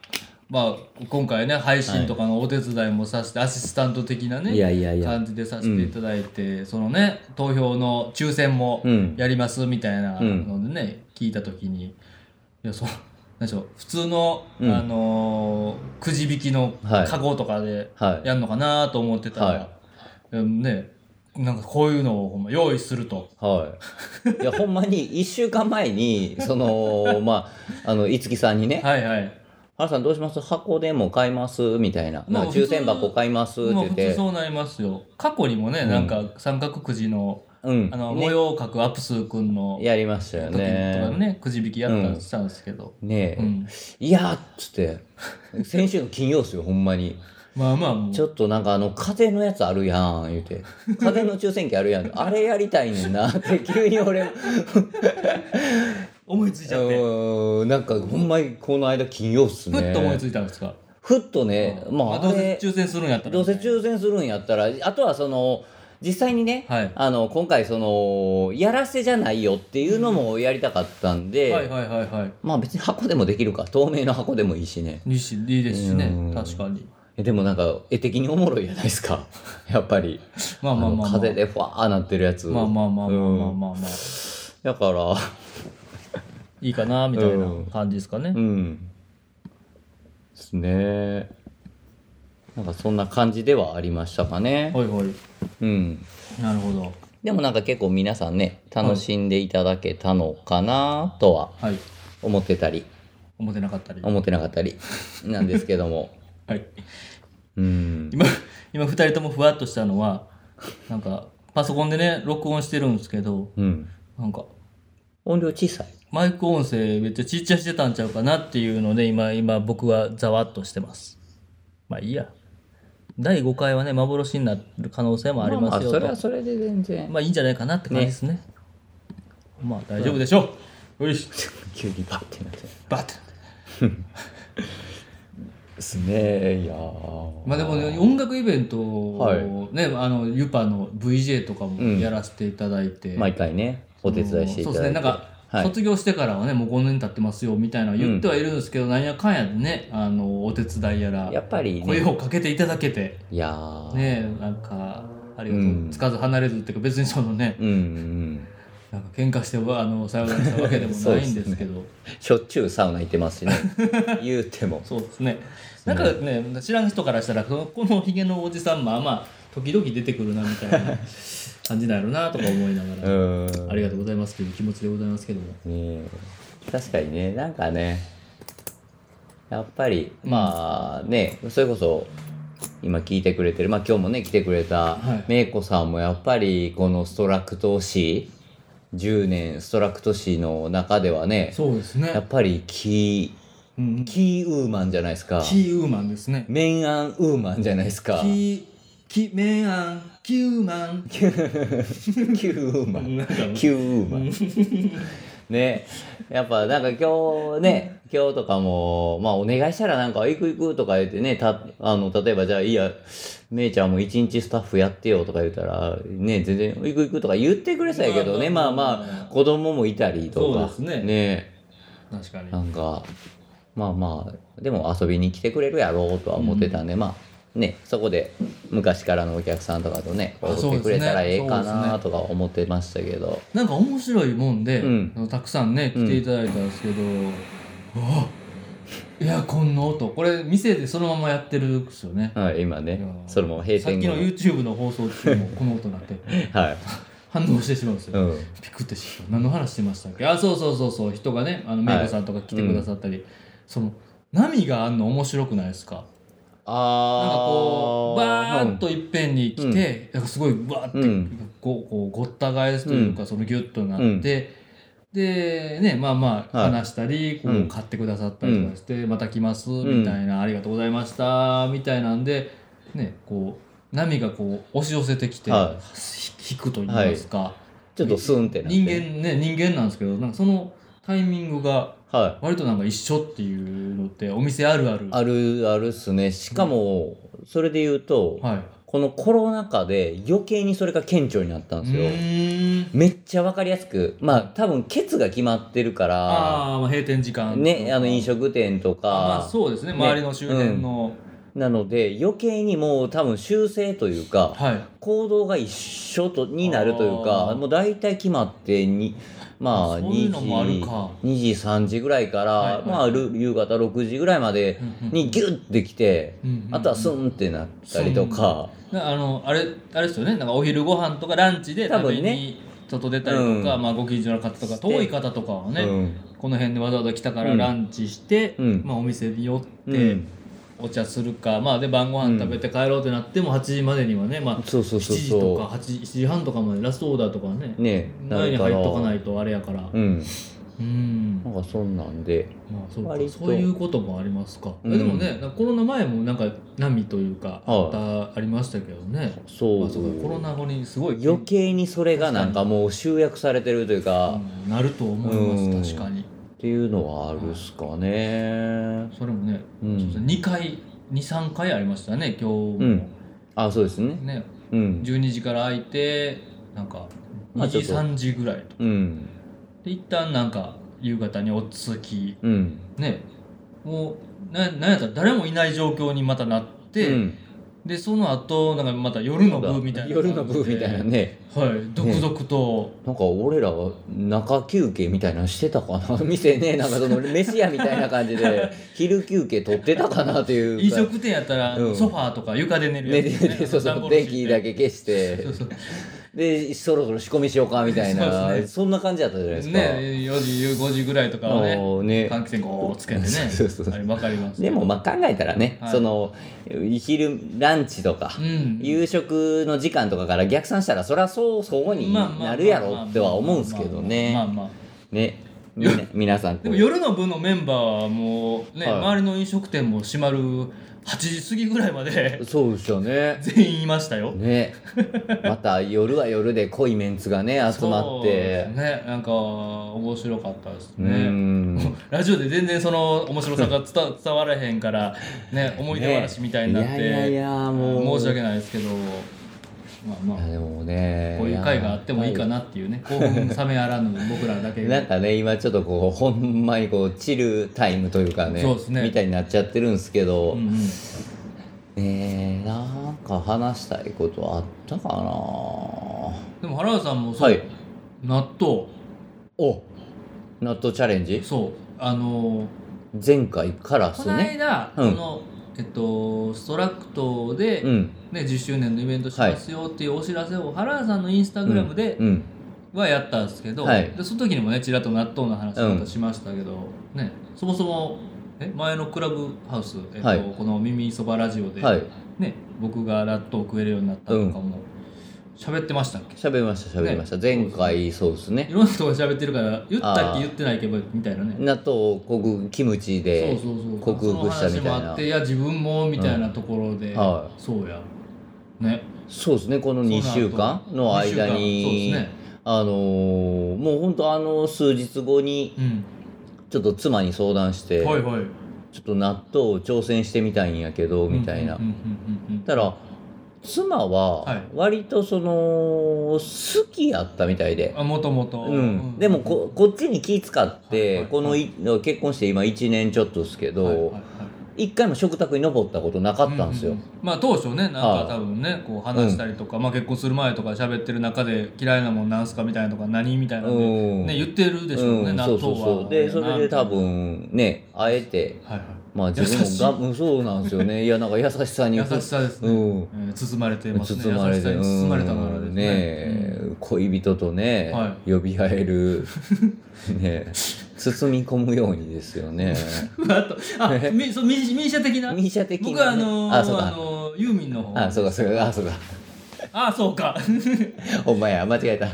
Speaker 2: まあ、今回ね配信とかのお手伝いもさせて、アシスタント的なね
Speaker 1: いやいやいや
Speaker 2: 感じでさせていただいて、そのね投票の抽選も
Speaker 1: うん
Speaker 2: やりますみたいなのでね、聞いた時にいやそうなんでしょう普通の、
Speaker 1: うん
Speaker 2: あのーくじ引きの
Speaker 1: はい
Speaker 2: カゴとかで
Speaker 1: はい
Speaker 2: やるのかなと思ってたら、
Speaker 1: は
Speaker 2: うんねなんかこういうのをほんま用意すると。
Speaker 1: はいいやほんまに1週間前にそのまああの五木さんにね
Speaker 2: はいはい。
Speaker 1: 「原さんどうします箱でも買います」みたいな「
Speaker 2: まあ
Speaker 1: なんか抽選箱買います」って
Speaker 2: もう
Speaker 1: 言っ
Speaker 2: 普通
Speaker 1: て
Speaker 2: そうなりますよ。過去にもね、
Speaker 1: ん
Speaker 2: なんか三角くじの
Speaker 1: うん
Speaker 2: あの、
Speaker 1: ね
Speaker 2: 模様を描くアプスー君の
Speaker 1: やりましたよ
Speaker 2: 時とかね
Speaker 1: ね。
Speaker 2: くじ引きやった
Speaker 1: うん
Speaker 2: んしたんですけど、
Speaker 1: ねえ、
Speaker 2: うん
Speaker 1: いやーっつって先週の金曜っすよほんまに
Speaker 2: まあまあもう
Speaker 1: ちょっとなんかあの風のやつあるやん言うて風の抽選機あるやんあれやりたいねんなって急に俺
Speaker 2: 思いついちゃって、
Speaker 1: うんなんかほんまにこの間金曜っすね
Speaker 2: ふっと思いついたんですか、
Speaker 1: ふっとね、
Speaker 2: うん
Speaker 1: ま
Speaker 2: まあ
Speaker 1: あ
Speaker 2: ど
Speaker 1: あ
Speaker 2: うせ
Speaker 1: れ
Speaker 2: 抽選するんやったら
Speaker 1: どうせ抽選するんやったらあとはその実際にね、
Speaker 2: はい
Speaker 1: あの今回そのやらせじゃないよっていうのもやりたかったんで、
Speaker 2: はいはいはいはい
Speaker 1: まあ別に箱でもできるか透明の箱でもいいしね
Speaker 2: いいしいいですしね
Speaker 1: うん
Speaker 2: 確かに
Speaker 1: えでもなんか絵的におもろいじゃないですか *laughs* やっぱり
Speaker 2: まあ
Speaker 1: あ
Speaker 2: まあま
Speaker 1: の
Speaker 2: あまあ
Speaker 1: 風でファーなってるやつ、
Speaker 2: まあまあまあまあまあまあまあまあ
Speaker 1: だから
Speaker 2: いいかなみたいな
Speaker 1: うん
Speaker 2: 感じですかね、
Speaker 1: うんですねなんかそんな感じではありましたかね、
Speaker 2: はいはい
Speaker 1: うん
Speaker 2: なるほど
Speaker 1: でもなんか結構皆さんね楽しんでいただけたのかなとは
Speaker 2: はい
Speaker 1: 思ってたり
Speaker 2: 思ってなかったり
Speaker 1: 思ってなかったりなんですけども
Speaker 2: はい
Speaker 1: *laughs* うん
Speaker 2: 今今2人ともふわっとしたのはなんかパソコンでね録音してるんですけど
Speaker 1: うん
Speaker 2: なんか
Speaker 1: 音量小さい
Speaker 2: マイク音声めっちゃちっちゃしてたんちゃうかなっていうので今今僕はざわっとしてますまあいいや第5回はね幻になる可能性もありますよ
Speaker 1: まあまあそ
Speaker 2: と
Speaker 1: れ
Speaker 2: ま
Speaker 1: は
Speaker 2: あ、
Speaker 1: それで全然
Speaker 2: いいんじゃないかなって感じですねまあ大丈夫でしょう、よし
Speaker 1: 急にバッてなって
Speaker 2: バッて
Speaker 1: ですねいやー
Speaker 2: まあでもね音楽イベント
Speaker 1: はい
Speaker 2: をね、あのユパの VJ とかもやらせていただいて、
Speaker 1: 毎回ねお手伝いしていただいて
Speaker 2: そうですねなんか、
Speaker 1: はい、
Speaker 2: 卒業してからはねもう5年経ってますよみたいな言ってはいるんですけど、なんやかんやでねあのお手伝いやら
Speaker 1: やっぱり
Speaker 2: 声
Speaker 1: ね
Speaker 2: をかけていただけて
Speaker 1: いやー
Speaker 2: ねなんかありがと
Speaker 1: う
Speaker 2: う、
Speaker 1: ん
Speaker 2: つかず離れずっていうか別にそのね
Speaker 1: うんうん
Speaker 2: なんか喧嘩してあのさよならしたわけでもないんですけど
Speaker 1: しょっちゅうサウナ行ってますし
Speaker 2: *laughs*
Speaker 1: ね言うても
Speaker 2: そうですねなんかね知らん人からしたらこのこのひげのおじさんまあまあ時々出てくるなみたい *laughs* な感じなんやろなとか思いなが
Speaker 1: うん
Speaker 2: ら、
Speaker 1: ね
Speaker 2: ありがとうございますという気持ちでございますけども
Speaker 1: え確かにねなんかねやっぱりまあねそれこそ今聞いてくれてるまあ今日もね来てくれた
Speaker 2: はい
Speaker 1: めいこさんもやっぱりこのストラクト市10年ストラクト市の中ではね
Speaker 2: そうです
Speaker 1: や
Speaker 2: ね
Speaker 1: っ、ぱりキ
Speaker 2: うんうん
Speaker 1: ー、キーウーマンじゃないですか。
Speaker 2: キーウーマンですね
Speaker 1: メンアンウーマンじゃないですか。キー
Speaker 2: キキメアンキウーマン
Speaker 1: *laughs* ウーマン。
Speaker 2: なんか
Speaker 1: キーウーマン。ね、やっぱなんか今日ね、今日とかも、まあお願いしたらなんか、行く行くとか言ってね、た、あの、例えばじゃあいいや、めいちゃんも一日スタッフやってよとか言ったら、ね、全然行く行くとか言ってくれそうやけどね、
Speaker 2: ま
Speaker 1: ま
Speaker 2: あ
Speaker 1: あ
Speaker 2: まあまあ
Speaker 1: まあ、子供もいたりとか。
Speaker 2: そうですね
Speaker 1: ね
Speaker 2: 確かに
Speaker 1: なんかまあまあでも遊びに来てくれるやろうとは思ってたんで、まあねそこで昔からのお客さんとかとね
Speaker 2: あ
Speaker 1: 踊ってくれたらええかなとか思ってましたけど
Speaker 2: なんか面白いもんで、
Speaker 1: うん
Speaker 2: あのたくさんね来ていただいたんですけど、うわエアコンの音これ店でそのままやってるんですよね、
Speaker 1: はい今ね
Speaker 2: いや
Speaker 1: それも閉
Speaker 2: さっ
Speaker 1: 店
Speaker 2: き
Speaker 1: 後
Speaker 2: の YouTube の放送中もこの音鳴って
Speaker 1: *laughs* はい、
Speaker 2: 反応してしまうんですよ、
Speaker 1: うん、
Speaker 2: ピクってして何の話してましたっけあそうそうそうそう人がねあのメイコさんとか来てくださったり、その波があんの面白くないですかなんかこ
Speaker 1: あ
Speaker 2: うバーッといっぺんに来て、なんかすごいバーって、
Speaker 1: うん
Speaker 2: こうこうごった返すというか、そのギュッとなって、
Speaker 1: うん
Speaker 2: でねまあまあ
Speaker 1: はい
Speaker 2: 話したり、こ
Speaker 1: う
Speaker 2: うん買ってくださったりとかして、また来ますみたいな、ありがとうございましたみたいなんでねこう波がこう押し寄せてきて、
Speaker 1: は
Speaker 2: 引くと言いますか、
Speaker 1: ちょっとスンってなって
Speaker 2: 人間ね人間なんですけどなんかそのタイミングが
Speaker 1: は
Speaker 2: 割となんか一緒っていうのってお店あるある
Speaker 1: いあるあるっすねしかもそれで言うと、
Speaker 2: はい、
Speaker 1: このコロナ禍で余計にそれが顕著になったんですよ。めっちゃわかりやすく、まあ多分ケツが決まってるから、
Speaker 2: ああー、まあ、閉店時間とか。
Speaker 1: ね、あの飲食店と
Speaker 2: ま
Speaker 1: か
Speaker 2: あ、、そうですね、
Speaker 1: ね
Speaker 2: 周りの周辺の。
Speaker 1: なので余計にもう多分修正というか、
Speaker 2: はい。
Speaker 1: 行動が一緒とになるという
Speaker 2: あ
Speaker 1: か
Speaker 2: ー
Speaker 1: もう大体決まってにま
Speaker 2: あ
Speaker 1: あ
Speaker 2: そういうのもある
Speaker 1: 2時
Speaker 2: か
Speaker 1: 2時3時ぐらいから、
Speaker 2: はいはい
Speaker 1: まあ、る夕方6時ぐらいまでにギュッてきて、
Speaker 2: うんうんうん
Speaker 1: あとはスンってなったりとか、
Speaker 2: なあのあれあれですよねなんかお昼ご飯とかランチで
Speaker 1: 多
Speaker 2: 食べ
Speaker 1: 分ね
Speaker 2: に外出たりとか、
Speaker 1: うん
Speaker 2: まあ、ご近所の方とか
Speaker 1: して
Speaker 2: 遠い方とかはね、
Speaker 1: うん
Speaker 2: この辺でわざわざ来たから
Speaker 1: うん
Speaker 2: ランチして、
Speaker 1: うん
Speaker 2: まあ、お店に寄って、
Speaker 1: うん
Speaker 2: お茶するか、まあ、で晩ご飯食べて帰ろうってなっても8時までにはね、まあ、
Speaker 1: そうそう
Speaker 2: 7
Speaker 1: そう
Speaker 2: 時とか
Speaker 1: そ
Speaker 2: 8, 時7時半とかまでラストオーダーとかね
Speaker 1: うね
Speaker 2: 前に入っとかないいとあれやから
Speaker 1: うん
Speaker 2: うん
Speaker 1: なんかそんなんで
Speaker 2: まあ、そうか
Speaker 1: 割と
Speaker 2: そういうこともありますか、え
Speaker 1: うん
Speaker 2: でもねなんかコロナ前もなんか波というかあった、ありましたけどね
Speaker 1: そ
Speaker 2: ま
Speaker 1: う
Speaker 2: あそうかコロナ後にすごい
Speaker 1: 余計にそれがなんかもう集約されてるというか、っ
Speaker 2: うんなると思いま
Speaker 1: うん
Speaker 2: す確かに
Speaker 1: ていうのはあるっすかね。
Speaker 2: それもね、
Speaker 1: う
Speaker 2: ちょっと
Speaker 1: ん、
Speaker 2: 2回23回ありましたね今日も、
Speaker 1: うんあそうですね。
Speaker 2: ね
Speaker 1: うん
Speaker 2: 12時から空いてなんか
Speaker 1: ま
Speaker 2: 2
Speaker 1: あ
Speaker 2: 時
Speaker 1: ちょっと
Speaker 2: 3時ぐらいと
Speaker 1: うん
Speaker 2: で一旦なんか夕方に落ち着き
Speaker 1: うん
Speaker 2: ねもうななんやったら誰もいない状況にまたなって、
Speaker 1: うん
Speaker 2: でその後なんかまた夜の部みたいな感じで
Speaker 1: 夜の部みたいなね
Speaker 2: はい続々と、
Speaker 1: なんか俺らは中休憩みたいなのしてたかな店ねなんかその飯屋みたいな感じで昼休憩取ってたかなという
Speaker 2: *laughs*
Speaker 1: か
Speaker 2: 飲食店やったら
Speaker 1: うん
Speaker 2: ソファーとか床で寝る
Speaker 1: ね
Speaker 2: や
Speaker 1: で
Speaker 2: つ
Speaker 1: ででそうそう電気だけ消し
Speaker 2: そ
Speaker 1: て
Speaker 2: うそう
Speaker 1: でそろそろ仕込みしようかみたい
Speaker 2: そう
Speaker 1: な
Speaker 2: ですね
Speaker 1: そんな感じだったじゃないですか
Speaker 2: ね4時5時ぐらいとか
Speaker 1: あ
Speaker 2: はね
Speaker 1: のね
Speaker 2: 換気扇こうつけてね
Speaker 1: *laughs* そうそうそう
Speaker 2: あれわかります
Speaker 1: でもまあ考えたらね
Speaker 2: はい
Speaker 1: その昼ランチとか
Speaker 2: うん
Speaker 1: 夕食の時間とかから逆算したらそりゃそうそこに
Speaker 2: まあまあ
Speaker 1: なるやろっては思うんですけどね。
Speaker 2: まあまあまあまあまあ
Speaker 1: ね、みな皆さんこ
Speaker 2: で
Speaker 1: う
Speaker 2: も夜の部のメンバーはもうね、
Speaker 1: はい
Speaker 2: 周りの飲食店も閉まる8時過ぎぐらい
Speaker 1: *laughs*
Speaker 2: まで
Speaker 1: そうですよね。
Speaker 2: 全員いましたよ
Speaker 1: ね、また夜は夜で濃いメンツがね集まっ
Speaker 2: そ
Speaker 1: て
Speaker 2: う、ねなんか面白かったです
Speaker 1: う
Speaker 2: ね
Speaker 1: ん、
Speaker 2: ラジオで全然その面白さが *laughs* 伝わ伝わらへんからね思い出話みたいになって、
Speaker 1: ねいやいやいやもう
Speaker 2: 申し訳ないですけどまあま
Speaker 1: い
Speaker 2: あ
Speaker 1: やでもね、
Speaker 2: こういう会があってもいいか
Speaker 1: な。
Speaker 2: なっていうね興奮冷めやらぬ僕らだけ
Speaker 1: なんかね今ちょっとこうほんまにこうチルタイムというかね
Speaker 2: そうですね
Speaker 1: みたいになっちゃってるんですけど、
Speaker 2: うんうん
Speaker 1: ねえなんか話したいことあったかな
Speaker 2: でも原田さんもそう、
Speaker 1: はい
Speaker 2: 納豆
Speaker 1: お納豆チャレンジ
Speaker 2: そうあのー
Speaker 1: 前回からっ
Speaker 2: こ
Speaker 1: す
Speaker 2: の
Speaker 1: ね
Speaker 2: 間、
Speaker 1: うん
Speaker 2: このえっとストラクトで、
Speaker 1: うん
Speaker 2: ね、10周年のイベントしますよっていうお知らせを原田さんのインスタグラムで
Speaker 1: うん
Speaker 2: はやったんですけど、
Speaker 1: はい
Speaker 2: でその時にもねちらっと納豆の話
Speaker 1: うん
Speaker 2: またしましたけど、ね、そもそもえ前のクラブハウス、えっと
Speaker 1: はい
Speaker 2: この「耳そばラジオで」
Speaker 1: はい
Speaker 2: ね、僕が納豆を食えるようになったとかも喋ってましたっけ、
Speaker 1: 喋りました喋りました、
Speaker 2: ね
Speaker 1: 前回そうです
Speaker 2: い
Speaker 1: ね
Speaker 2: ろんなとこで喋ってるから言ったっ
Speaker 1: あ
Speaker 2: け
Speaker 1: ー
Speaker 2: 言ってないけどみたいなね。
Speaker 1: 納豆をこぐキムチ
Speaker 2: そう
Speaker 1: で
Speaker 2: そうそう
Speaker 1: 克服したみたいな
Speaker 2: その話もあっていや自分もみたいなところで、
Speaker 1: はい
Speaker 2: そうやね
Speaker 1: そうですねこの2週間の間に
Speaker 2: 二週間そうですね
Speaker 1: あのーもうほんとあの数日後に
Speaker 2: うん
Speaker 1: ちょっと妻に相談して、
Speaker 2: はいはい
Speaker 1: ちょっと納豆を挑戦してみたいんやけどみたいな、
Speaker 2: うんうんうんうん
Speaker 1: たら妻
Speaker 2: は
Speaker 1: はい割とその好きやったみたいで、
Speaker 2: あもともと、
Speaker 1: うん、でもここっちに気使っ
Speaker 2: はいはい
Speaker 1: てこのい結婚して今1年ちょっとですけど、
Speaker 2: はいはいはい
Speaker 1: 一回も食卓に登ったことなかったんですよ。
Speaker 2: うううまあ当初ねなん
Speaker 1: は
Speaker 2: か
Speaker 1: い
Speaker 2: 多分ねこう話したりとか、まあ結婚する前とか喋ってる中で嫌いなもんなんすかみたいなとか何みたいな
Speaker 1: うん
Speaker 2: で、ね言ってるでしょうね、
Speaker 1: うんそう
Speaker 2: 納豆は
Speaker 1: そうそうでそれで多分ねあえて
Speaker 2: はいはい
Speaker 1: まあ自
Speaker 2: 優しい
Speaker 1: 分もがうんそうなんですよねいやなんか優しさに
Speaker 2: 優しさですね、
Speaker 1: うん
Speaker 2: えー包まれてますね
Speaker 1: 包まれ
Speaker 2: 優してさに包まれたからです
Speaker 1: うん
Speaker 2: ね
Speaker 1: ねえ恋人とね、
Speaker 2: は
Speaker 1: 呼び合え
Speaker 2: *laughs*
Speaker 1: るねえ包み込むようにですよ
Speaker 2: *laughs*
Speaker 1: ね
Speaker 2: うんふわっとあみそう民主民主的な
Speaker 1: ミーシャ的な、ね、
Speaker 2: 僕はあのー
Speaker 1: あそう
Speaker 2: あ
Speaker 1: か
Speaker 2: のーユーミンの方
Speaker 1: あそうかそうかあ
Speaker 2: *laughs*
Speaker 1: そうか
Speaker 2: あそう
Speaker 1: *laughs*
Speaker 2: か
Speaker 1: お前や間違えた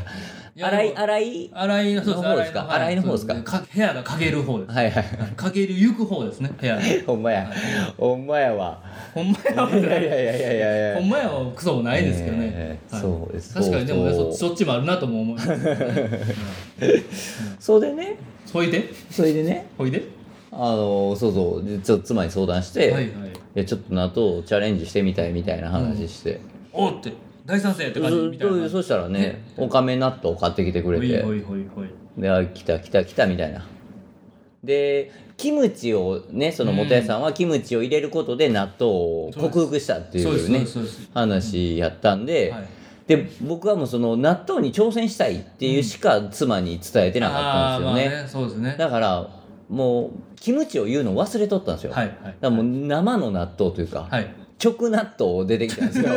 Speaker 2: や
Speaker 1: 荒
Speaker 2: で
Speaker 1: い
Speaker 2: も
Speaker 1: 荒い
Speaker 2: 洗いのそうです
Speaker 1: の方ですか
Speaker 2: 洗い
Speaker 1: 洗いの方ですか
Speaker 2: そうね部屋が陰る方です
Speaker 1: はいはい
Speaker 2: 陰る行く方ですね部屋が
Speaker 1: ほんまや、ほんまやわ。
Speaker 2: ほんまや
Speaker 1: いやいやいやいやいやいや。
Speaker 2: ほんまやはクソもないですけどね、
Speaker 1: えー
Speaker 2: はい
Speaker 1: そうです
Speaker 2: 確かにでもね
Speaker 1: そう
Speaker 2: そそっちもあるなとも思います
Speaker 1: それでね、
Speaker 2: ほいで
Speaker 1: それでね、
Speaker 2: ほいで
Speaker 1: あのそうそう、でちょっと妻に相談して、
Speaker 2: はいはい
Speaker 1: いやちょっと納豆をチャレンジしてみたいみたいな話して、
Speaker 2: おーって大賛成って感じみたいな
Speaker 1: そ
Speaker 2: 感じ
Speaker 1: そしたらね
Speaker 2: ね
Speaker 1: おかめ納豆買ってきてくれ
Speaker 2: ほい
Speaker 1: て
Speaker 2: ほいほいほい
Speaker 1: であ来た来た来たみたいなでキムチをねその元屋さんはキムチを入れることで納豆を克服したってい
Speaker 2: そうです
Speaker 1: う
Speaker 2: そう
Speaker 1: ね
Speaker 2: ですそうです
Speaker 1: 話やったんで、
Speaker 2: はい
Speaker 1: で僕はもうその納豆に挑戦したいっていうしか妻に伝えてなかったんですよね,、
Speaker 2: あーまあねそうですね
Speaker 1: だからもうキムチを言うの忘れとったんですよ、
Speaker 2: はい
Speaker 1: だか
Speaker 2: はい
Speaker 1: らもう生の納豆というか、
Speaker 2: はい *laughs*
Speaker 1: 直納豆出てきたんですよ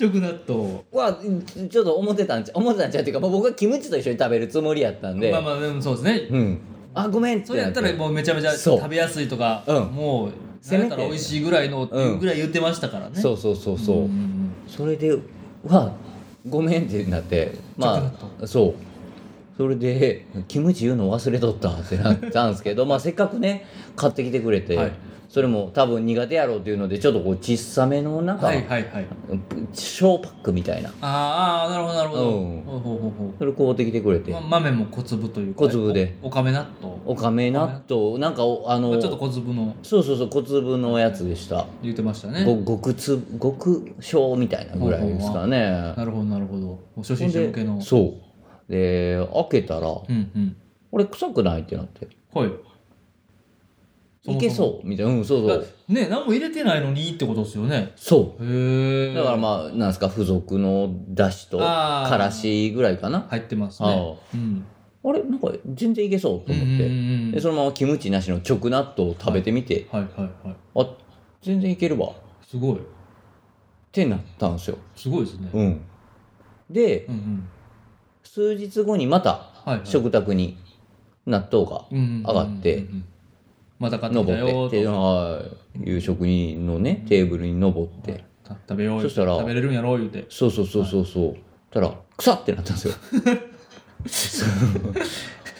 Speaker 2: 直納豆
Speaker 1: わちちょっと思ってたんちゃ思ってたんちゃうっていうか、まあ、僕はキムチと一緒に食べるつもりやったんで、
Speaker 2: まあまあでもそうですね
Speaker 1: うんあごめんって
Speaker 2: それや
Speaker 1: な
Speaker 2: っ
Speaker 1: って
Speaker 2: たらもうめちゃめちゃ
Speaker 1: そう
Speaker 2: 食べやすいとか
Speaker 1: うん
Speaker 2: もう
Speaker 1: せめて
Speaker 2: なんやったら美味しいぐらいのっていうぐらい言ってましたからね
Speaker 1: そうそうそうそう、
Speaker 2: んん
Speaker 1: それでうわごめんってなってま
Speaker 2: 直
Speaker 1: あそうそれでキムチ言うの忘れとったってなったんですけ
Speaker 2: *laughs*
Speaker 1: どまあせっかくね買ってきてくれて、
Speaker 2: はい
Speaker 1: それも多分苦手やろうっていうのでちょっとこう小さめのなん
Speaker 2: うん
Speaker 1: か
Speaker 2: はいはいはい
Speaker 1: 小パックみたいな
Speaker 2: あーあーなるほどなるほど
Speaker 1: うん
Speaker 2: ほうほうほうほう
Speaker 1: それ買うてきてくれて
Speaker 2: ま豆も小粒というか
Speaker 1: 小粒で
Speaker 2: おおかめ納豆
Speaker 1: おかめ納豆なんかおあ
Speaker 2: ま
Speaker 1: の
Speaker 2: あちょっと小粒の
Speaker 1: そうそうそう小粒のやつでした
Speaker 2: 言ってましたね
Speaker 1: ご極つ極小みたいなぐらいですかね
Speaker 2: なるほどなるほどもう初
Speaker 1: ほ
Speaker 2: 心
Speaker 1: ん
Speaker 2: 者向けの
Speaker 1: でそうで開けたら
Speaker 2: うんうん
Speaker 1: 俺臭くないってなって
Speaker 2: はいそもそも
Speaker 1: いけそうみたいなうんそうそ
Speaker 2: だ
Speaker 1: う
Speaker 2: ね何も入れてないのにってことですよね
Speaker 1: そ
Speaker 2: へえ
Speaker 1: うだからまあなんですか付属のだしと
Speaker 2: あー
Speaker 1: からしぐらいかな
Speaker 2: 入ってます
Speaker 1: あ
Speaker 2: ねうん
Speaker 1: あれなんか全然いけそうと思って、
Speaker 2: うんうんうんうん
Speaker 1: でそのままキムチなしの直納豆を食べてみて、
Speaker 2: はいはいはい
Speaker 1: あ全然いけるわっ
Speaker 2: すごい
Speaker 1: てなったんですよ
Speaker 2: すごいですね
Speaker 1: うんで、
Speaker 2: うんうん
Speaker 1: 数日後にまた
Speaker 2: はいはい
Speaker 1: 食卓に納豆が
Speaker 2: うんうんうんうん
Speaker 1: 上がって
Speaker 2: うんうんまた買って
Speaker 1: 登
Speaker 2: きた
Speaker 1: っ
Speaker 2: よ
Speaker 1: てって、
Speaker 2: ーと
Speaker 1: はい、いう職人のねテーブルに登って、
Speaker 2: た食べよう
Speaker 1: そ
Speaker 2: よ
Speaker 1: したら
Speaker 2: 食べれるんやろ言うて
Speaker 1: そうそうそうそうそう、たら腐ってなったん
Speaker 2: *laughs*
Speaker 1: ですよそう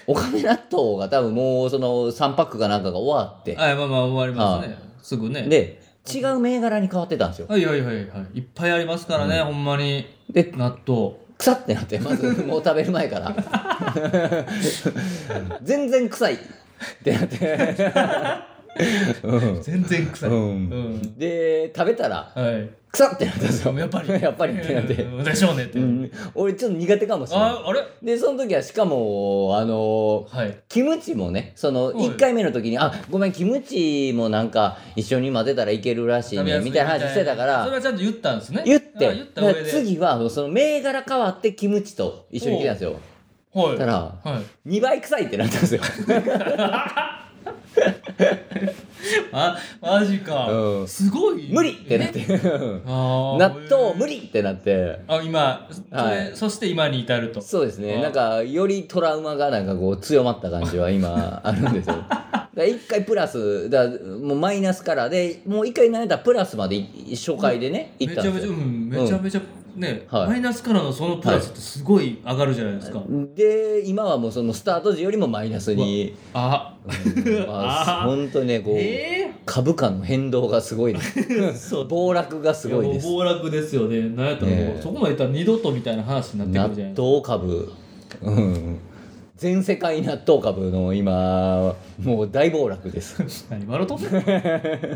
Speaker 1: お金納豆が多分もうその3パックかなんかが終わって
Speaker 2: あまあまあ終わりますねすぐね
Speaker 1: で違う銘柄に変わってたんですよ
Speaker 2: はいはいはいはいいっぱいありますからねほんまに
Speaker 1: で
Speaker 2: 納豆
Speaker 1: 腐ってなってまずもう食べる前から
Speaker 2: *laughs*
Speaker 1: 全然臭いってなって
Speaker 2: *laughs*
Speaker 1: うん
Speaker 2: 全然臭い
Speaker 1: うん
Speaker 2: うん
Speaker 1: で食べたら
Speaker 2: はい
Speaker 1: 腐ってなったんです
Speaker 2: でも
Speaker 1: よ
Speaker 2: やっぱり
Speaker 1: *laughs* やっぱりってなって、
Speaker 2: うんでしょうねって
Speaker 1: うん俺ちょっと苦手かもしれない
Speaker 2: ああれ
Speaker 1: でその時はしかもあの
Speaker 2: はい
Speaker 1: キムチもねその
Speaker 2: はい
Speaker 1: 1回目の時に「あごめんキムチもなんか一緒に混ぜたらいけるらしいね」みたいな話してたか
Speaker 2: そ
Speaker 1: ら
Speaker 2: れはちゃんと言ったんですね
Speaker 1: 言っ
Speaker 2: あ
Speaker 1: て
Speaker 2: 言った上
Speaker 1: だから
Speaker 2: で
Speaker 1: 次はその銘柄変わってキムチと一緒に来たんですよ
Speaker 2: は
Speaker 1: だ
Speaker 2: い
Speaker 1: か、ら
Speaker 2: はい、
Speaker 1: 2倍臭いってなったんですよ、
Speaker 2: あマジか、
Speaker 1: うん
Speaker 2: すごい
Speaker 1: 無理ってなって
Speaker 2: あー
Speaker 1: 納豆無理ってなって
Speaker 2: あ今それ、
Speaker 1: はい
Speaker 2: そして今に至ると
Speaker 1: そうですね
Speaker 2: あ
Speaker 1: なんかよりトラウマがなんかこう強まった感じは
Speaker 2: *laughs*
Speaker 1: 今あるんですよだから一回プラスだからもうマイナスからでもう一回慣れたらプラスまでい初回でね行
Speaker 2: め
Speaker 1: っ
Speaker 2: ち
Speaker 1: た
Speaker 2: ゃ
Speaker 1: んですよ
Speaker 2: めちゃ、うん、めちゃめちゃね、
Speaker 1: はい
Speaker 2: マイナスからのそのプラスってすごい上がるじゃないですか、
Speaker 1: で今はもうそのスタート時よりもマイナスに、
Speaker 2: あ
Speaker 1: まあ、
Speaker 2: あ
Speaker 1: 本当にねこう、
Speaker 2: え
Speaker 1: 株価の変動がすごいです
Speaker 2: *laughs* えそう
Speaker 1: 暴落がすごい
Speaker 2: やも
Speaker 1: で
Speaker 2: う
Speaker 1: す
Speaker 2: 暴落ですよねなんやったらもう、
Speaker 1: ねえ
Speaker 2: そこまでいったら二度とみたいな話になっ
Speaker 1: 納
Speaker 2: てくるじゃないですか
Speaker 1: 豆株うん全世界納豆株の今もう大暴落です
Speaker 2: 何笑うとんねん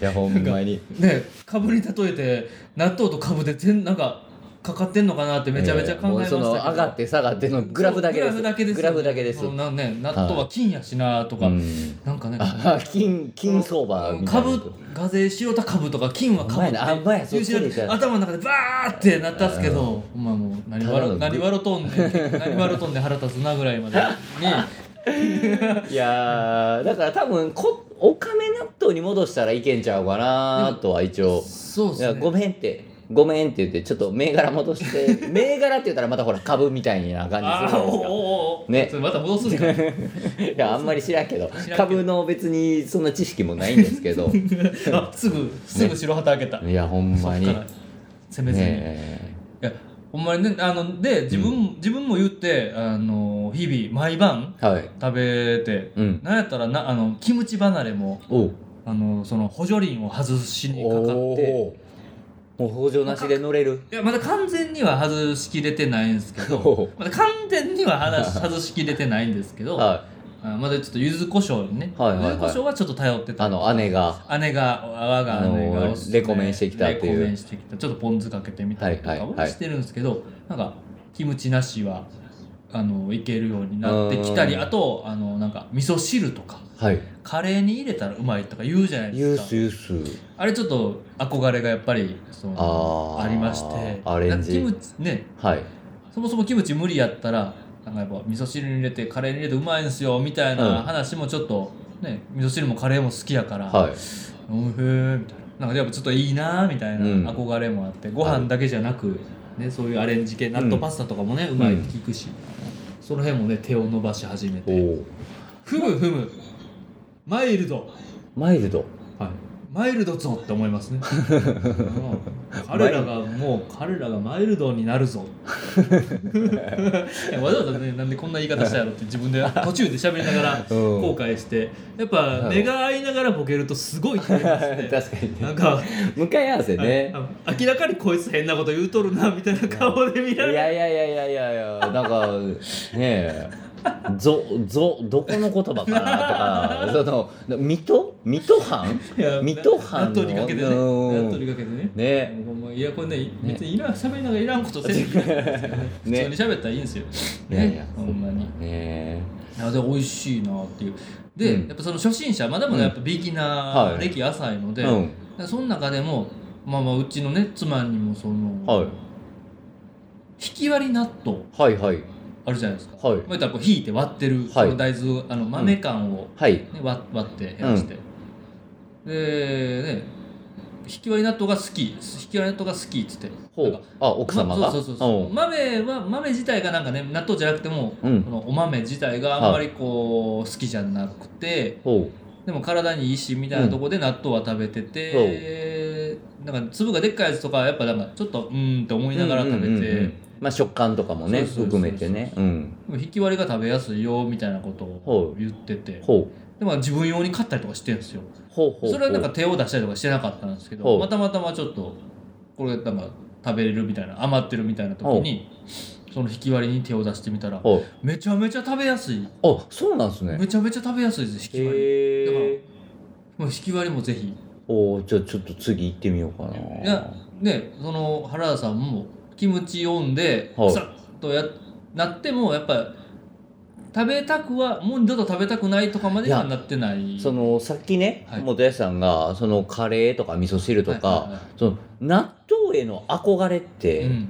Speaker 1: いやほんまに
Speaker 2: ね株に例えて納豆と株で全なんかかかってんのかなってめちゃめちゃ考えましたけ
Speaker 1: えー
Speaker 2: ど、
Speaker 1: もうその上がって下がってのグラフだけです
Speaker 2: グラフだけです
Speaker 1: グラフだけです
Speaker 2: そのなね、納豆は金やしなとか、
Speaker 1: うん
Speaker 2: なんかね
Speaker 1: あ金金相場みたいな
Speaker 2: 株ガゼ塩田株とか金は株
Speaker 1: お前なあお前そっちで
Speaker 2: いう
Speaker 1: じゃあ
Speaker 2: 頭の中でバーってなったっすけどお前もう何
Speaker 1: ただの
Speaker 2: 笑何笑うとんねん何笑うとんねん *laughs* 腹立つなぐらいまでに
Speaker 1: いやーだから多分こお金納豆に戻したらいけんちゃうかなとは一応、
Speaker 2: そうっ
Speaker 1: いや
Speaker 2: すね
Speaker 1: ごめんってごめんって言ってちょっと銘柄戻して
Speaker 2: *laughs*
Speaker 1: 銘柄って言ったらまたほら株みたいな感
Speaker 2: あ
Speaker 1: じす
Speaker 2: ー
Speaker 1: る
Speaker 2: おー
Speaker 1: じゃない
Speaker 2: おーおー
Speaker 1: ね
Speaker 2: それまた戻すん
Speaker 1: *laughs*
Speaker 2: かい
Speaker 1: ですかいやあんまり知らんけど
Speaker 2: けど
Speaker 1: 株の別にそんな知識もないんです
Speaker 2: *laughs*
Speaker 1: けど
Speaker 2: あすぐすぐ白旗開けた、
Speaker 1: いやほん
Speaker 2: そ
Speaker 1: ま
Speaker 2: っ
Speaker 1: に
Speaker 2: から攻めずに、
Speaker 1: ね
Speaker 2: いやほんまにねあので自分,、自分も言ってあの日々毎晩
Speaker 1: えはい
Speaker 2: 食べて、
Speaker 1: うん
Speaker 2: なんやったらなあのキムチ離れも
Speaker 1: おう
Speaker 2: あのその補助輪を外しにかかっ
Speaker 1: お
Speaker 2: て
Speaker 1: おもう補助なしで乗れる
Speaker 2: いやまだ完全には
Speaker 1: *laughs*
Speaker 2: 外しきれてないんですけど
Speaker 1: お
Speaker 2: まだ完全には話外しきれてないんですけ
Speaker 1: *laughs*
Speaker 2: ど、
Speaker 1: は
Speaker 2: ああまだちょっと柚子胡椒にね、
Speaker 1: はいはいはい
Speaker 2: 柚子胡椒はちょっと頼ってた
Speaker 1: あの姉が
Speaker 2: 姉が我が姉
Speaker 1: あ
Speaker 2: が
Speaker 1: の
Speaker 2: おすすめ
Speaker 1: レコメンしてきたっていう
Speaker 2: レコメンしてきたちょっとポン酢かけてみたりと
Speaker 1: はい
Speaker 2: か
Speaker 1: はいはい
Speaker 2: はしてるんですけど、なんかキムチなしはあのいけるようになってきたり
Speaker 1: うん
Speaker 2: あとあのなんか味噌汁とか
Speaker 1: はい
Speaker 2: カレーに入れたらうまいとか言うじゃない
Speaker 1: ユー
Speaker 2: です
Speaker 1: ス
Speaker 2: か
Speaker 1: ユース
Speaker 2: あれちょっと憧れがやっぱりその
Speaker 1: あ
Speaker 2: あ
Speaker 1: ー
Speaker 2: りまして
Speaker 1: アレンジ
Speaker 2: なんかキムチね
Speaker 1: はい
Speaker 2: そもそもキムチ無理やったらなんかやっぱ味噌汁に入れてカレーに入れてうまいんですよみたい
Speaker 1: うん
Speaker 2: な話もちょっと、ね味噌汁もカレーも好きやから、
Speaker 1: はい
Speaker 2: おいへえみたいななんかやっぱちょっといいなみたいな
Speaker 1: うん
Speaker 2: 憧れもあって、ご飯だけじゃなく、ね、そういうアレンジ系納豆パスタとかもね、うまいって聞くし、その辺もね手を伸ばし始め
Speaker 1: お
Speaker 2: て
Speaker 1: お
Speaker 2: ふむふむマイルド、
Speaker 1: マイルド
Speaker 2: マイルドぞって思います
Speaker 1: *laughs*
Speaker 2: ねうん彼らがもう彼らがマイルドに
Speaker 1: *laughs*
Speaker 2: なるぞいやわざわざねなんでこんな言い方したやろって
Speaker 1: *laughs*
Speaker 2: 自分で途中で喋りながら
Speaker 1: うん
Speaker 2: 後悔してやっぱ目が合いながらボケるとすごいって言います
Speaker 1: *laughs* *laughs*
Speaker 2: ね
Speaker 1: 確かに
Speaker 2: な
Speaker 1: ね
Speaker 2: んか
Speaker 1: 向かい合わせね
Speaker 2: あ明らかにこいつ変なこと言うとるなみたいな顔で見
Speaker 1: い
Speaker 2: られる
Speaker 1: やいやいやいやいやいやなんかねえぞぞどこの言葉か *laughs* なとかその水戸水戸藩
Speaker 2: いや
Speaker 1: 水戸藩の
Speaker 2: 納豆にかけてね
Speaker 1: うん
Speaker 2: 納豆にかけてね
Speaker 1: *laughs* ね
Speaker 2: もうもういやこれね別にいらん喋りながらいらんことせずに、
Speaker 1: ね
Speaker 2: 普通に喋ったらいいんですよ
Speaker 1: いやいや
Speaker 2: ほんまに
Speaker 1: ね
Speaker 2: なぜ美味しいなっていうで、
Speaker 1: うん
Speaker 2: やっぱその初心者まだまだやっぱビギ
Speaker 1: うん
Speaker 2: ナ
Speaker 1: は
Speaker 2: ー
Speaker 1: い
Speaker 2: 歴浅いの
Speaker 1: え
Speaker 2: で、
Speaker 1: うん
Speaker 2: その中でもまあまあうちのね妻にもその、
Speaker 1: はい
Speaker 2: 引き割り納豆
Speaker 1: はいはい
Speaker 2: あるじゃないですか、
Speaker 1: はい
Speaker 2: まあ言ったらこう引いて割ってる、
Speaker 1: い
Speaker 2: その大豆あの豆感を、
Speaker 1: はい
Speaker 2: ね、割割って減らして、でね引き割り納豆が好き引き割り納豆が好きっつって
Speaker 1: ほ
Speaker 2: なん
Speaker 1: う
Speaker 2: か
Speaker 1: あ奥様
Speaker 2: ま
Speaker 1: が
Speaker 2: そうそうそうそう
Speaker 1: うん
Speaker 2: 豆は豆自体がなんかね納豆じゃなくても、
Speaker 1: うん
Speaker 2: このお豆自体があんまりこう好きじゃなくて
Speaker 1: ほ
Speaker 2: でも体にいいしみたいなとこで納豆は食べてて、なんか粒がでっかいやつとかはやっぱなんかちょっとうーんって思
Speaker 1: う
Speaker 2: いながら食べて、
Speaker 1: うんうんうんうんまあ食感とかもね
Speaker 2: そうそうそうそう
Speaker 1: 含めてねうん
Speaker 2: でも引き割りが食べやすいよみたいなこと
Speaker 1: ほ
Speaker 2: を
Speaker 1: う
Speaker 2: 言ってて
Speaker 1: ほ
Speaker 2: でも自分用に買ったりとかしてるんですよ。
Speaker 1: うほうほう
Speaker 2: それはなんか手を出したりとかしてなかったんですけ
Speaker 1: ほう
Speaker 2: どまたまたまちょっとこれなんか食べれるみたいな余ってるみたいな時にその引き割りに手を出してみたら
Speaker 1: ほ
Speaker 2: めちゃめちゃ食べやすいう
Speaker 1: あそうなんですね
Speaker 2: めちゃめちゃ食べやすいです引き割りだから
Speaker 1: へえ
Speaker 2: もう引き割りもぜひ
Speaker 1: おおじゃあちょっと次行ってみようかない
Speaker 2: やでその原田さんもキムチ読んで
Speaker 1: はい
Speaker 2: さっとやなってもやっぱ食べたくはもう二度と食べたくないとかまではい
Speaker 1: や
Speaker 2: なってない
Speaker 1: そのさっきね、
Speaker 2: はい
Speaker 1: 元谷さんがそのカレーとか味噌汁とか、
Speaker 2: はいはいはい
Speaker 1: その納豆への憧れって、
Speaker 2: うん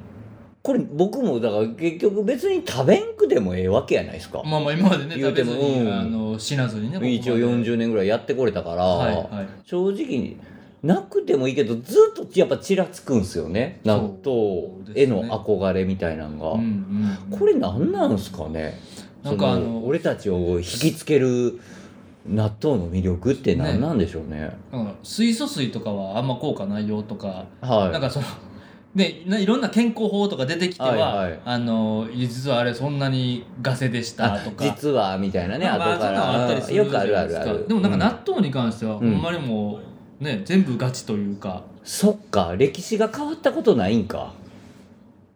Speaker 1: これ僕もだから結局別に食べんくでもええわけやないですか、
Speaker 2: まあまあ今までね
Speaker 1: 言
Speaker 2: 食
Speaker 1: うて
Speaker 2: べ
Speaker 1: も
Speaker 2: ずに、
Speaker 1: うん
Speaker 2: あの死なずにねここまで
Speaker 1: 一応40年ぐらいやってこれたから、
Speaker 2: はいはい
Speaker 1: 正直になくてもいいけどずっとやっぱちらつくんすよね
Speaker 2: そう
Speaker 1: 納豆への憧れみたいなのが、
Speaker 2: うんうんうん
Speaker 1: これ何なんすかね
Speaker 2: なんかあの
Speaker 1: そ俺たちを引きつける納豆の魅力って何なんでしょうね
Speaker 2: なんか水素水とかはあんま効果ないよとか、
Speaker 1: はい
Speaker 2: なんかその *laughs* ねないろんな健康法とか出てきては、
Speaker 1: はいはい
Speaker 2: あの実はあれそんなにガセでしたとか
Speaker 1: 実はみたいなね、
Speaker 2: まあまあ
Speaker 1: 後か
Speaker 2: そんなのあったり
Speaker 1: ら
Speaker 2: す
Speaker 1: うん
Speaker 2: る
Speaker 1: よ
Speaker 2: じ
Speaker 1: く
Speaker 2: ゃ
Speaker 1: あ
Speaker 2: い
Speaker 1: るあ
Speaker 2: す
Speaker 1: る
Speaker 2: か
Speaker 1: ある
Speaker 2: でもなんか
Speaker 1: う
Speaker 2: 納豆に関しては、
Speaker 1: ん
Speaker 2: ほんまにもうね全部ガチというか
Speaker 1: そっか歴史が変わったことないんか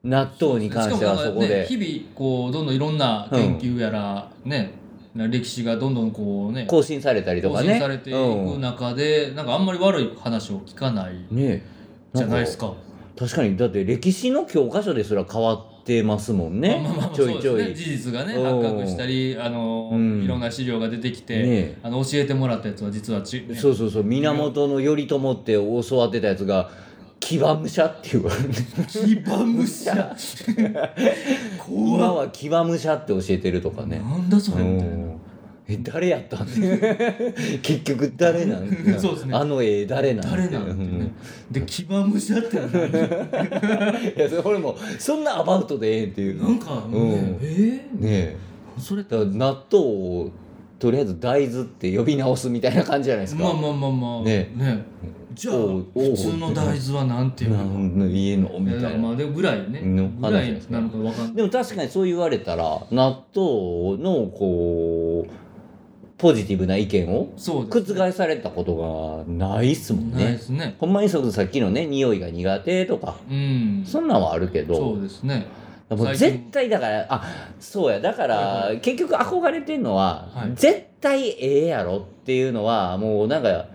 Speaker 1: 納豆に関しては
Speaker 2: しか
Speaker 1: そこ
Speaker 2: もなんか
Speaker 1: で、
Speaker 2: ね、日々こうどんどんいろんな研究やら、ね歴史がどんどんこうね
Speaker 1: 更新されたりと
Speaker 2: 更
Speaker 1: か
Speaker 2: 新
Speaker 1: ね
Speaker 2: されていく中で、なんかあんまり悪い話を聞かない
Speaker 1: うん、ねえ
Speaker 2: じゃないですか。
Speaker 1: 確かにだって歴史の教科書ですら変わってますもんね、
Speaker 2: まあまあまあ
Speaker 1: ちょいち
Speaker 2: そ
Speaker 1: ょ
Speaker 2: う
Speaker 1: い
Speaker 2: ですね、事実がね
Speaker 1: うん
Speaker 2: 発覚したりあの、
Speaker 1: うん
Speaker 2: いろんな資料が出てきて、
Speaker 1: ね
Speaker 2: あの教えてもらったやつは実はち、ね
Speaker 1: そうそうそう源頼朝って教わってたやつが騎馬武者っていう
Speaker 2: 騎馬
Speaker 1: *laughs*
Speaker 2: 武者
Speaker 1: 今
Speaker 2: 怖っ
Speaker 1: は騎馬武者って教えてるとかね
Speaker 2: なんだそれみたいな。
Speaker 1: うんえ誰やったんで *laughs* 結局誰なんて
Speaker 2: *laughs* そうですね
Speaker 1: あの絵誰なんて
Speaker 2: 誰なんてね、で騎馬武者って何
Speaker 1: うんいやそれ俺もそんなアバウトでええって *laughs* いう
Speaker 2: なんか、ね
Speaker 1: う
Speaker 2: えー
Speaker 1: ねえ
Speaker 2: それって
Speaker 1: だから納豆をとりあえず大豆って呼び直すみたいな感じじゃないですか、
Speaker 2: まあまあまあまあ
Speaker 1: ね
Speaker 2: じゃあ
Speaker 1: おうおう
Speaker 2: 普通の大豆はなんていう
Speaker 1: な
Speaker 2: の
Speaker 1: んの家のみ
Speaker 2: い
Speaker 1: た
Speaker 2: や
Speaker 1: いな、
Speaker 2: だからまあでもぐらいね
Speaker 1: の
Speaker 2: ぐらいなのかわかんない
Speaker 1: でも確かにそう言われたら納豆のこうポジティブな意見を
Speaker 2: そうですね
Speaker 1: 覆されたことがないっすもん
Speaker 2: ないで
Speaker 1: ね
Speaker 2: すね
Speaker 1: ほんまにそのさっきのね匂いが苦手とか
Speaker 2: うん
Speaker 1: そんなんはあるけど
Speaker 2: そうですね
Speaker 1: もう
Speaker 2: 最近
Speaker 1: 絶対だからあそうやだから、
Speaker 2: はいは
Speaker 1: 結局憧れてんのは、
Speaker 2: はい
Speaker 1: 絶対ええやろっていうのはもうなんか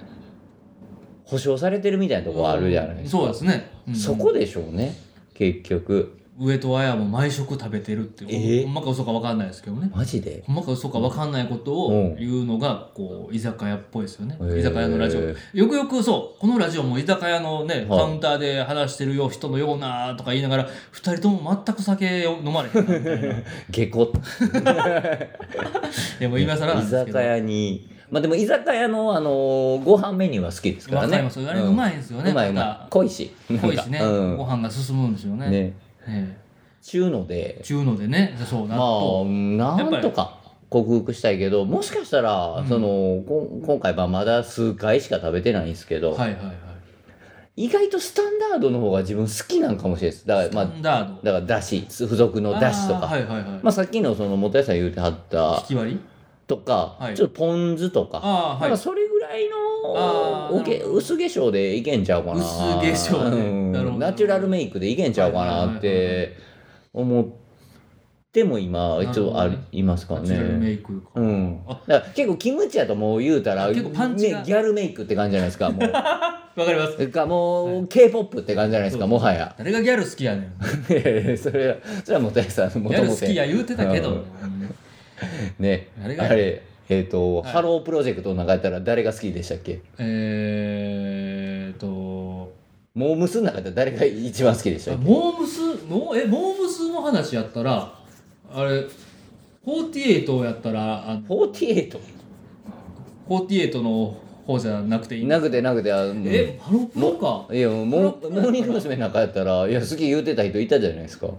Speaker 1: 保証されてるみたいなとこあるじゃないですか、
Speaker 2: そうですね、うん
Speaker 1: そこでしょうね結局
Speaker 2: 上戸彩も毎食食べてるっていう、
Speaker 1: えー
Speaker 2: ほんまか嘘か分かんないですけどね
Speaker 1: マジで
Speaker 2: ほんまか嘘か分かんないこと
Speaker 1: うん
Speaker 2: を言うのがこう居酒屋っぽいですよね、
Speaker 1: えー
Speaker 2: 居酒屋のラジオよくよくそうこのラジオも居酒屋のね、
Speaker 1: はい
Speaker 2: カウンターで話してるよ人のようなとか言いながら二人とも全く酒を飲まれへんなみ
Speaker 1: *laughs*
Speaker 2: たいな
Speaker 1: 下戸
Speaker 2: でも今更なん
Speaker 1: 居
Speaker 2: ですけ
Speaker 1: 酒
Speaker 2: ど
Speaker 1: 屋にまあでも居酒屋のあのご飯メニューは好きですから
Speaker 2: わ
Speaker 1: ね
Speaker 2: かりますあれうまいんですよね
Speaker 1: うまいうま
Speaker 2: ま
Speaker 1: い濃いし
Speaker 2: た濃いしね、
Speaker 1: うん
Speaker 2: ご飯が進むんですよね
Speaker 1: ね
Speaker 2: え
Speaker 1: ちゅうので
Speaker 2: えちゅうのでねそう
Speaker 1: ま
Speaker 2: なっ
Speaker 1: あ
Speaker 2: と、
Speaker 1: なんとか克服したいけどもしかしたら、
Speaker 2: うん
Speaker 1: そのこ今回はまだ数回しか食べてないんですけど、
Speaker 2: はいはいはい
Speaker 1: 意外とスタンダードの方が自分好きなんかもしれないですだ
Speaker 2: ス
Speaker 1: から
Speaker 2: タ
Speaker 1: まあ
Speaker 2: ンダード
Speaker 1: だからだし付属のだしと
Speaker 2: あ
Speaker 1: か
Speaker 2: ーはいはいはい、
Speaker 1: まあ、さっきのその元谷さん言うてはった
Speaker 2: 引き割り
Speaker 1: とか、
Speaker 2: はい
Speaker 1: ちょっとポン酢とか
Speaker 2: ああ
Speaker 1: な
Speaker 2: は
Speaker 1: ん
Speaker 2: い
Speaker 1: かそれぐらい
Speaker 2: あ
Speaker 1: の
Speaker 2: ー
Speaker 1: おけ
Speaker 2: なるほど
Speaker 1: 薄化粧でいけんちゃうかな
Speaker 2: 薄化粧で
Speaker 1: うん
Speaker 2: なるほど
Speaker 1: ナチュラルメイクでいけんちゃうかなっ
Speaker 2: はいはいはい
Speaker 1: て思っても今
Speaker 2: なるほどね
Speaker 1: 一応ありいますから
Speaker 2: ナチュラルメ
Speaker 1: ね。
Speaker 2: イクか、
Speaker 1: うん
Speaker 2: あ、
Speaker 1: だから結構キムチやともう言うたら、ね、
Speaker 2: 結
Speaker 1: ギ
Speaker 2: 構パンチが
Speaker 1: ャルメイクって感じじゃないです
Speaker 2: *laughs*
Speaker 1: かも
Speaker 2: わかります
Speaker 1: うかもう k p o p って感じじゃないですかもはや
Speaker 2: 誰がギャル好きやねん
Speaker 1: いやいやそれはそれはもたやさんも
Speaker 2: ギ
Speaker 1: と
Speaker 2: ャル
Speaker 1: も
Speaker 2: 好
Speaker 1: と
Speaker 2: きや言うてたけど、
Speaker 1: うね
Speaker 2: あれが
Speaker 1: あれえっ、と、
Speaker 2: はい
Speaker 1: ハロープロジェクトの中やったら誰が好きでしたっけ
Speaker 2: えーっと
Speaker 1: モームスの中で誰が一番好きでしたっけ
Speaker 2: モームスモーえモームスの話やったらあれ48やったらあ
Speaker 1: 48
Speaker 2: 48の方じゃなくていい
Speaker 1: なくてなくてあの
Speaker 2: えハロプロか
Speaker 1: いやもう
Speaker 2: ロ
Speaker 1: モーニング娘。なんかやったらいや好き言うてた人いたじゃないですか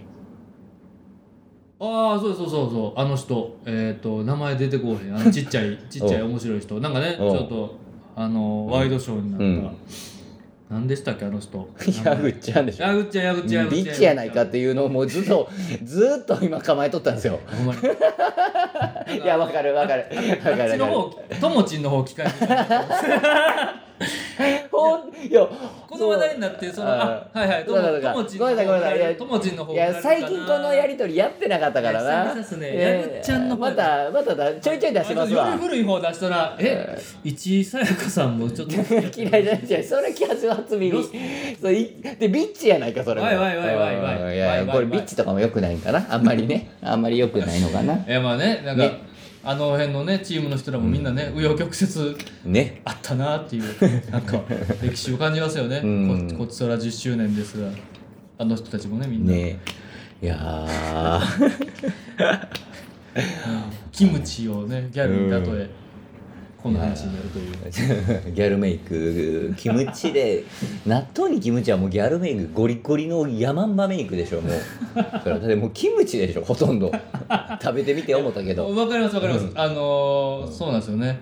Speaker 2: ああそうそうそうそうあの人えーっと名前出てこうへんあのちっちゃ
Speaker 1: *laughs*
Speaker 2: いちっちゃい面白い人なんかねち
Speaker 1: おう
Speaker 2: ょっとあのワイドショーになった、
Speaker 1: うん
Speaker 2: 何でしたっけあの人
Speaker 1: 矢口ちゃんでしょ
Speaker 2: やぐっちゃやぐっちゃやぐっち
Speaker 1: ビ
Speaker 2: ゃ
Speaker 1: ッチやないかっていうのをもうずっとずっと今構えとったんですよ
Speaker 2: ほんまに
Speaker 1: いやわかるわかるわかる
Speaker 2: あっちの
Speaker 1: わか
Speaker 2: 方ともちんの方聞
Speaker 1: *laughs*
Speaker 2: かれて
Speaker 1: るほんいや
Speaker 2: この話題になってそのあはいはいと
Speaker 1: そうだから
Speaker 2: もちん
Speaker 1: ごめんなさいごめんなさいいや
Speaker 2: ともちんの方
Speaker 1: いや最近このや
Speaker 2: り
Speaker 1: りとりやってなかったから
Speaker 2: いや久々
Speaker 1: な
Speaker 2: っすね
Speaker 1: いや
Speaker 2: やぐっちゃんの方
Speaker 1: またまただちょいちょい出します
Speaker 2: よ
Speaker 1: わ
Speaker 2: り古い方出したらえ一井さやかさんもちょっと
Speaker 1: *laughs* 嫌いじゃないじゃんそれキャス初耳そういでビッチやないかそれも
Speaker 2: わいわいわいわいわい
Speaker 1: うんいや
Speaker 2: わいわいわい
Speaker 1: これビッチとかも良くないんかなあんまりね *laughs* あんまり良くないのかな
Speaker 2: えまあねなんか
Speaker 1: ね
Speaker 2: あの辺のねチームの人らもみんなね紆余曲折
Speaker 1: ね
Speaker 2: あったなっ
Speaker 1: *laughs*
Speaker 2: ていうなんか歴史を感じますよね
Speaker 1: うん
Speaker 2: ここっちそら10周年ですがあの人たちもねみんな
Speaker 1: ねいやー *laughs*
Speaker 2: キムチをねギャルに例えこの話になるという
Speaker 1: ギャルメイクキムチで納豆にキムチはもうギャルメイクゴリゴリの山んばメイクでし *laughs* ょもうそれはだってもうキムチでしょほとんど食べてみて思ったけど
Speaker 2: わかりますわかります、あのーそうなんですよね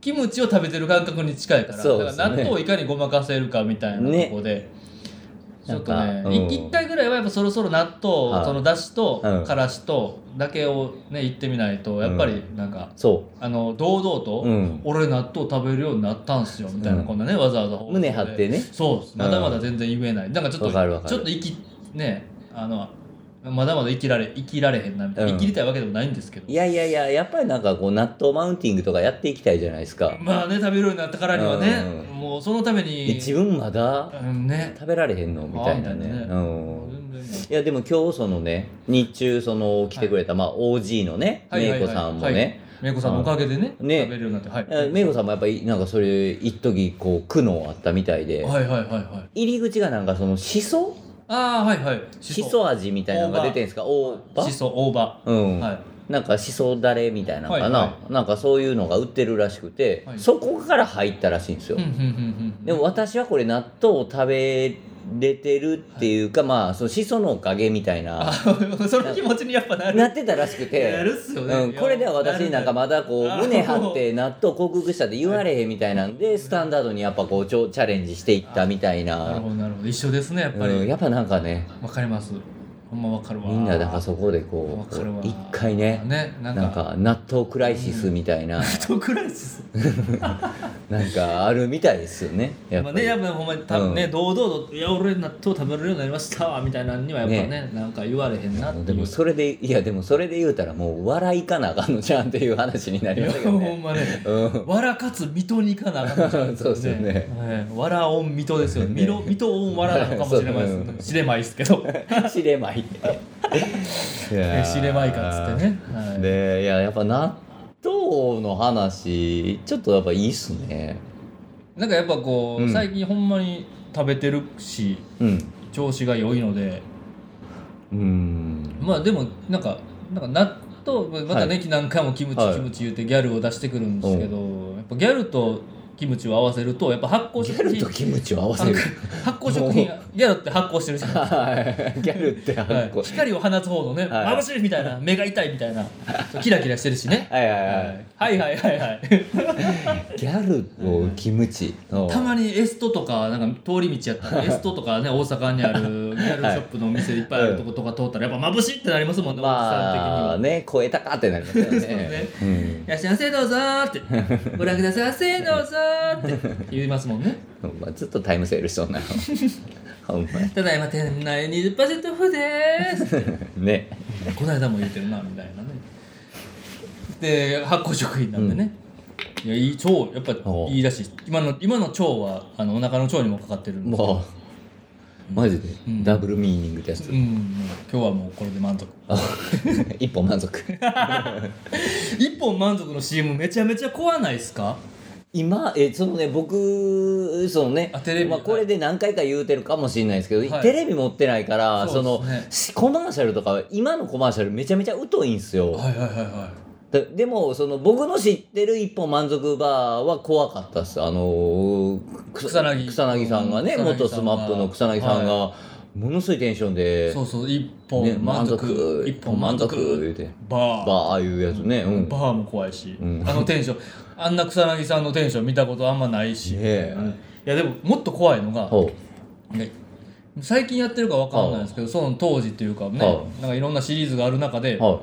Speaker 2: キムチを食べてる感覚に近いから,、
Speaker 1: そうで
Speaker 2: だ
Speaker 1: すね
Speaker 2: から納豆をいかにごまかせるかみたいなとこで、ちょっと
Speaker 1: な
Speaker 2: ね
Speaker 1: んかうん
Speaker 2: 一一回ぐらいはやっぱそろそろ納豆、
Speaker 1: はい
Speaker 2: そのだしと
Speaker 1: うん
Speaker 2: からしとだけをねいってみないとやっぱりなんか、
Speaker 1: そ
Speaker 2: あの堂々と、
Speaker 1: うん
Speaker 2: 俺納豆食べるようになったんすよ」みたい
Speaker 1: う
Speaker 2: な、
Speaker 1: ん
Speaker 2: こんなねわざわざ放送で
Speaker 1: 胸張ってね
Speaker 2: そうですまだまだ全然言えない、なんかちょっと
Speaker 1: わかるわかる
Speaker 2: ちょっと生きねあのまだまだ生きられ生きられへんなみたいな、
Speaker 1: うん
Speaker 2: 生きりたいわけでもないんですけど
Speaker 1: ういやいやいややっぱりなんかこう納豆マウンティングとかやっていきたいじゃないですか
Speaker 2: まあね食べるようになったからにはね、
Speaker 1: うん
Speaker 2: もうそのため
Speaker 1: え
Speaker 2: に
Speaker 1: 自分まだ
Speaker 2: うんね
Speaker 1: 食べられへんのみたいなね
Speaker 2: あみたいなね
Speaker 1: うん、
Speaker 2: 全然
Speaker 1: いやでも今日そのね日中その来てくれた、まあ OG のね
Speaker 2: はいは
Speaker 1: メ
Speaker 2: い
Speaker 1: イ
Speaker 2: は
Speaker 1: コ
Speaker 2: い
Speaker 1: さんも
Speaker 2: は
Speaker 1: ね
Speaker 2: いめいこさんのおかげでね
Speaker 1: ね
Speaker 2: 食べるようになってはい、
Speaker 1: メイコさんもやっぱりなんかそれ一時こう苦悩あったみたいで、
Speaker 2: はいはいはいはい
Speaker 1: 入り口がなんかそのしそ
Speaker 2: ああはいはい
Speaker 1: しそ味みたいなのが出てんですか大葉
Speaker 2: しそ大葉
Speaker 1: うん、
Speaker 2: は
Speaker 1: なんかしそだれみたいなのかな、
Speaker 2: はい
Speaker 1: なんかそういうのが売ってるらしくて、
Speaker 2: はい
Speaker 1: そこから入ったらしいんですよ、
Speaker 2: いうんうんうんうん
Speaker 1: でも私はこれ納豆を食べれてるっていうか、まあそのしそのおかげみたいな
Speaker 2: あ *laughs* その気持ちにやっぱなる
Speaker 1: なってたらしくて
Speaker 2: やるっすよね
Speaker 1: うん、これでは私なんかまだこう
Speaker 2: なる
Speaker 1: 胸張って納豆克服したって言われへんみたいなんでスタンダードにやっぱこうちょチャレンジしていったみたい
Speaker 2: なる
Speaker 1: な
Speaker 2: ほどなるほど一緒ですねやっぱ
Speaker 1: うん、
Speaker 2: り
Speaker 1: やっぱなんかね
Speaker 2: わかりますほんまわかるわ
Speaker 1: みんなだからそこでこ
Speaker 2: わ
Speaker 1: う
Speaker 2: かるわ
Speaker 1: 一回ね
Speaker 2: ねなんか
Speaker 1: なんか納豆クライシスみたいな、
Speaker 2: フットクライシス
Speaker 1: なんかあるみたいですよねやっ
Speaker 2: ま
Speaker 1: ぱ
Speaker 2: あ
Speaker 1: り、
Speaker 2: ねやっぱほんまに多分ね、堂々と「いや俺納豆食べれるようになりましたわ」みたいなのにはやっぱねなんか言われへんなって
Speaker 1: で
Speaker 2: いう
Speaker 1: もそれでいやでもそれで言うたらもう笑いかなあかんのじゃんっていう話にないりま
Speaker 2: や
Speaker 1: したけど
Speaker 2: ほ
Speaker 1: ね
Speaker 2: んま *laughs* ね
Speaker 1: うん
Speaker 2: わらかつ水戸に行かなあかん
Speaker 1: *laughs*
Speaker 2: の
Speaker 1: そうですよね
Speaker 2: ええわらおん水戸
Speaker 1: *laughs*
Speaker 2: ですよね水戸水戸おんわらなのかもしれないです
Speaker 1: そうう
Speaker 2: ね知れまいです
Speaker 1: *laughs*
Speaker 2: けど
Speaker 1: 知れ *laughs* まいいやー
Speaker 2: 知れまいかっつってねはい
Speaker 1: でいややっぱ納豆の話ちょっとやっぱいいっすね
Speaker 2: なんかやっぱこう、
Speaker 1: うん
Speaker 2: 最近ほんまに食べてるし
Speaker 1: うん
Speaker 2: 調子が良いので
Speaker 1: うん
Speaker 2: まあでもなんかなんか納豆またね、何回もキムチ、
Speaker 1: はい
Speaker 2: キムチ言ってギャルを出してくるんですけど、やっぱギャルとキムチを合わせるとやっぱ発酵
Speaker 1: ギ
Speaker 2: 食
Speaker 1: ャル
Speaker 2: 品
Speaker 1: とキムチを合わせる
Speaker 2: 発酵食品ギャルって *laughs* 発酵してるじゃん、
Speaker 1: *laughs*
Speaker 2: は
Speaker 1: はいギャルって発
Speaker 2: い
Speaker 1: 酵、、
Speaker 2: 光を放つ方のね、
Speaker 1: はい
Speaker 2: 眩しいみたいな目が痛いみたいなキラキラしてるしね
Speaker 1: はいはいはい、
Speaker 2: はいはいはいはい
Speaker 1: ギャルをキムチの
Speaker 2: たまにエストとかなんか通り道やったらエストとかね大阪にあるギャルショップのお店いっぱいあるとことか通ったらやっぱ眩しいってなり *laughs* ますもんね、
Speaker 1: まあ
Speaker 2: おじさん的には。
Speaker 1: ね超えたかってなりますよね
Speaker 2: そうね
Speaker 1: うん
Speaker 2: いらっしゃいませどうぞーってご覧くださいませどうぞーって言いますもんね
Speaker 1: ほんまずっとタイムセールしそう
Speaker 2: *laughs*
Speaker 1: なほんま
Speaker 2: ただいま店内20%オフでーす
Speaker 1: ね
Speaker 2: この間も言ってるなみたいなねで発酵食品なんでね、いやいい腸やっぱ
Speaker 1: おう
Speaker 2: いいらしい今の今の腸はあのお腹の腸にもかかってるんで
Speaker 1: もうマジで
Speaker 2: うん
Speaker 1: ダブルミーニングです
Speaker 2: *laughs* うん、もう今日はもうこれで満足
Speaker 1: 一本満足
Speaker 2: 一本満足の CM めちゃめちゃ怖ないっすか
Speaker 1: 今えそのね僕そのね
Speaker 2: あテレビ
Speaker 1: まあ、これで何回か言うてるかもしれないですけど、
Speaker 2: はい
Speaker 1: テレビ持ってないから
Speaker 2: そ
Speaker 1: そ,、
Speaker 2: うですね
Speaker 1: のコマーシャルとか今のコマーシャルめちゃめちゃ疎いんですよ、
Speaker 2: はいはいはいは
Speaker 1: だでもその僕の知ってる一本満足バーは怖かったですあのーく
Speaker 2: 草薙
Speaker 1: 草薙さんがね
Speaker 2: 草薙さんが
Speaker 1: 元スマップの草薙さんが、ものすごいテンションで
Speaker 2: そうそう一
Speaker 1: ね
Speaker 2: 本満足,、
Speaker 1: 満足
Speaker 2: 一本満足
Speaker 1: 満足言うて
Speaker 2: バー
Speaker 1: バーいうやつね、うん、
Speaker 2: バーも怖いし、
Speaker 1: うん
Speaker 2: あのテンションあんな草薙さんのテンション見たことあんまないし、
Speaker 1: ねえ
Speaker 2: うんいやでももっと怖いのが、
Speaker 1: ほ
Speaker 2: ね最近やってるかわかんないんですけどその当時っていうかね
Speaker 1: は
Speaker 2: なんかいろんなシリーズがある中で
Speaker 1: うは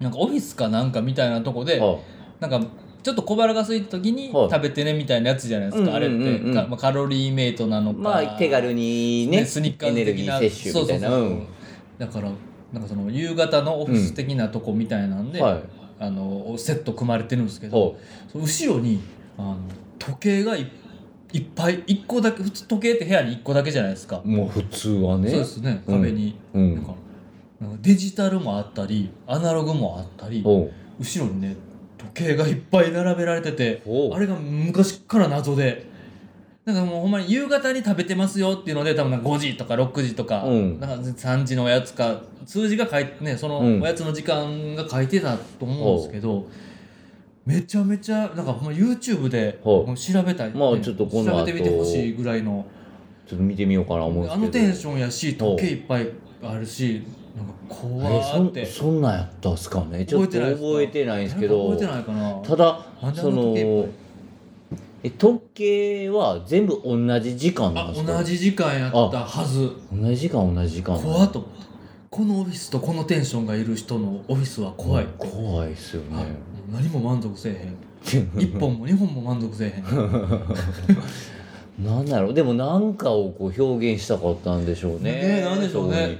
Speaker 2: なんかオフィスかなんかみたいなとこ
Speaker 1: い
Speaker 2: で
Speaker 1: は
Speaker 2: なんかちょっと小腹が空いた時に
Speaker 1: はい
Speaker 2: 食べてねみたいなやつじゃないですかあ
Speaker 1: うん
Speaker 2: れ
Speaker 1: う
Speaker 2: っ
Speaker 1: んうんうん
Speaker 2: てかまあカロリーメイトなの
Speaker 1: い
Speaker 2: か
Speaker 1: まあ手軽にね
Speaker 2: スニッカー
Speaker 1: エ
Speaker 2: ズ
Speaker 1: ネル
Speaker 2: 的
Speaker 1: ギ
Speaker 2: な
Speaker 1: ー摂取みたいな
Speaker 2: そううそうそうんだからなんかその夕方のオフィス的なとこみたいなんで、
Speaker 1: はい
Speaker 2: あのセット組まれてるんですけど
Speaker 1: ほ
Speaker 2: その後ろにあの時計がいいっぱい1個だけ普通時計って部屋に1個だけじゃないですか
Speaker 1: うもう普通はね
Speaker 2: そうですね
Speaker 1: うん
Speaker 2: 壁に、
Speaker 1: う
Speaker 2: なん
Speaker 1: ん
Speaker 2: かなんかデジタルもあったりアナログもあったり後
Speaker 1: ほう
Speaker 2: ろにね時計がいっぱい並べられてて
Speaker 1: ほう
Speaker 2: あれが昔から謎でなんかもうほんまに夕方に食べてますよっていうので多分なんか5時とか6時とか,、
Speaker 1: うん
Speaker 2: なんか3時のおやつか数字が書いてねその
Speaker 1: うん
Speaker 2: おやつの時間が書いてたと思うんですけど、めちゃめちゃなんかほんま YouTube で
Speaker 1: ほう
Speaker 2: もう調べたり、
Speaker 1: まあちょっとこの後
Speaker 2: 調べてみてほしいぐらいの
Speaker 1: ちょっと見てみようかな思うんです
Speaker 2: あ
Speaker 1: けど
Speaker 2: のテンションやし時計いっぱいあるしなんか怖ーって
Speaker 1: えそんそんなんやったっすかねちょっと覚えてないんですけど
Speaker 2: 覚えてないかな
Speaker 1: ただ
Speaker 2: なんであ
Speaker 1: そ
Speaker 2: の時計いっ
Speaker 1: の
Speaker 2: ぱい
Speaker 1: え時計は全部同じ時間なん
Speaker 2: あ
Speaker 1: ですか
Speaker 2: 同じ時間やったはず
Speaker 1: 同じ時間同じ時間
Speaker 2: 怖っと思ってこのオフィスとこのテンションがいる人のオフィスは怖い、
Speaker 1: うん怖いっすよ
Speaker 2: はい
Speaker 1: ね
Speaker 2: 何も満足せえへん
Speaker 1: *laughs*
Speaker 2: 1本も2本も満足せえへん
Speaker 1: なんだろうでも何かをこう表現したかったんでしょうね
Speaker 2: ねえなんでしょうね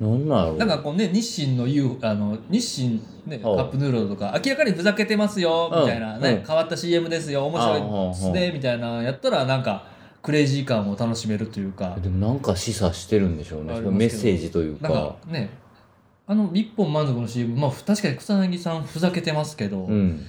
Speaker 1: そういうなんだろう
Speaker 2: なんかこうね日清の U あの日清、ね、カ
Speaker 1: はい
Speaker 2: ップヌードルとか明らかにふざけてますよみたいな、
Speaker 1: うん
Speaker 2: ね
Speaker 1: うん
Speaker 2: 変わった CM ですよ面白いです
Speaker 1: あはい
Speaker 2: ねみたいなやったらなんかクレイジー感を楽しめるというか
Speaker 1: でもなんか示唆してるんでしょうね
Speaker 2: ありますけど
Speaker 1: メッセージという
Speaker 2: なんか
Speaker 1: か
Speaker 2: ねあの一本満足の CM まあ確かに草薙さんふざけてますけど、
Speaker 1: うん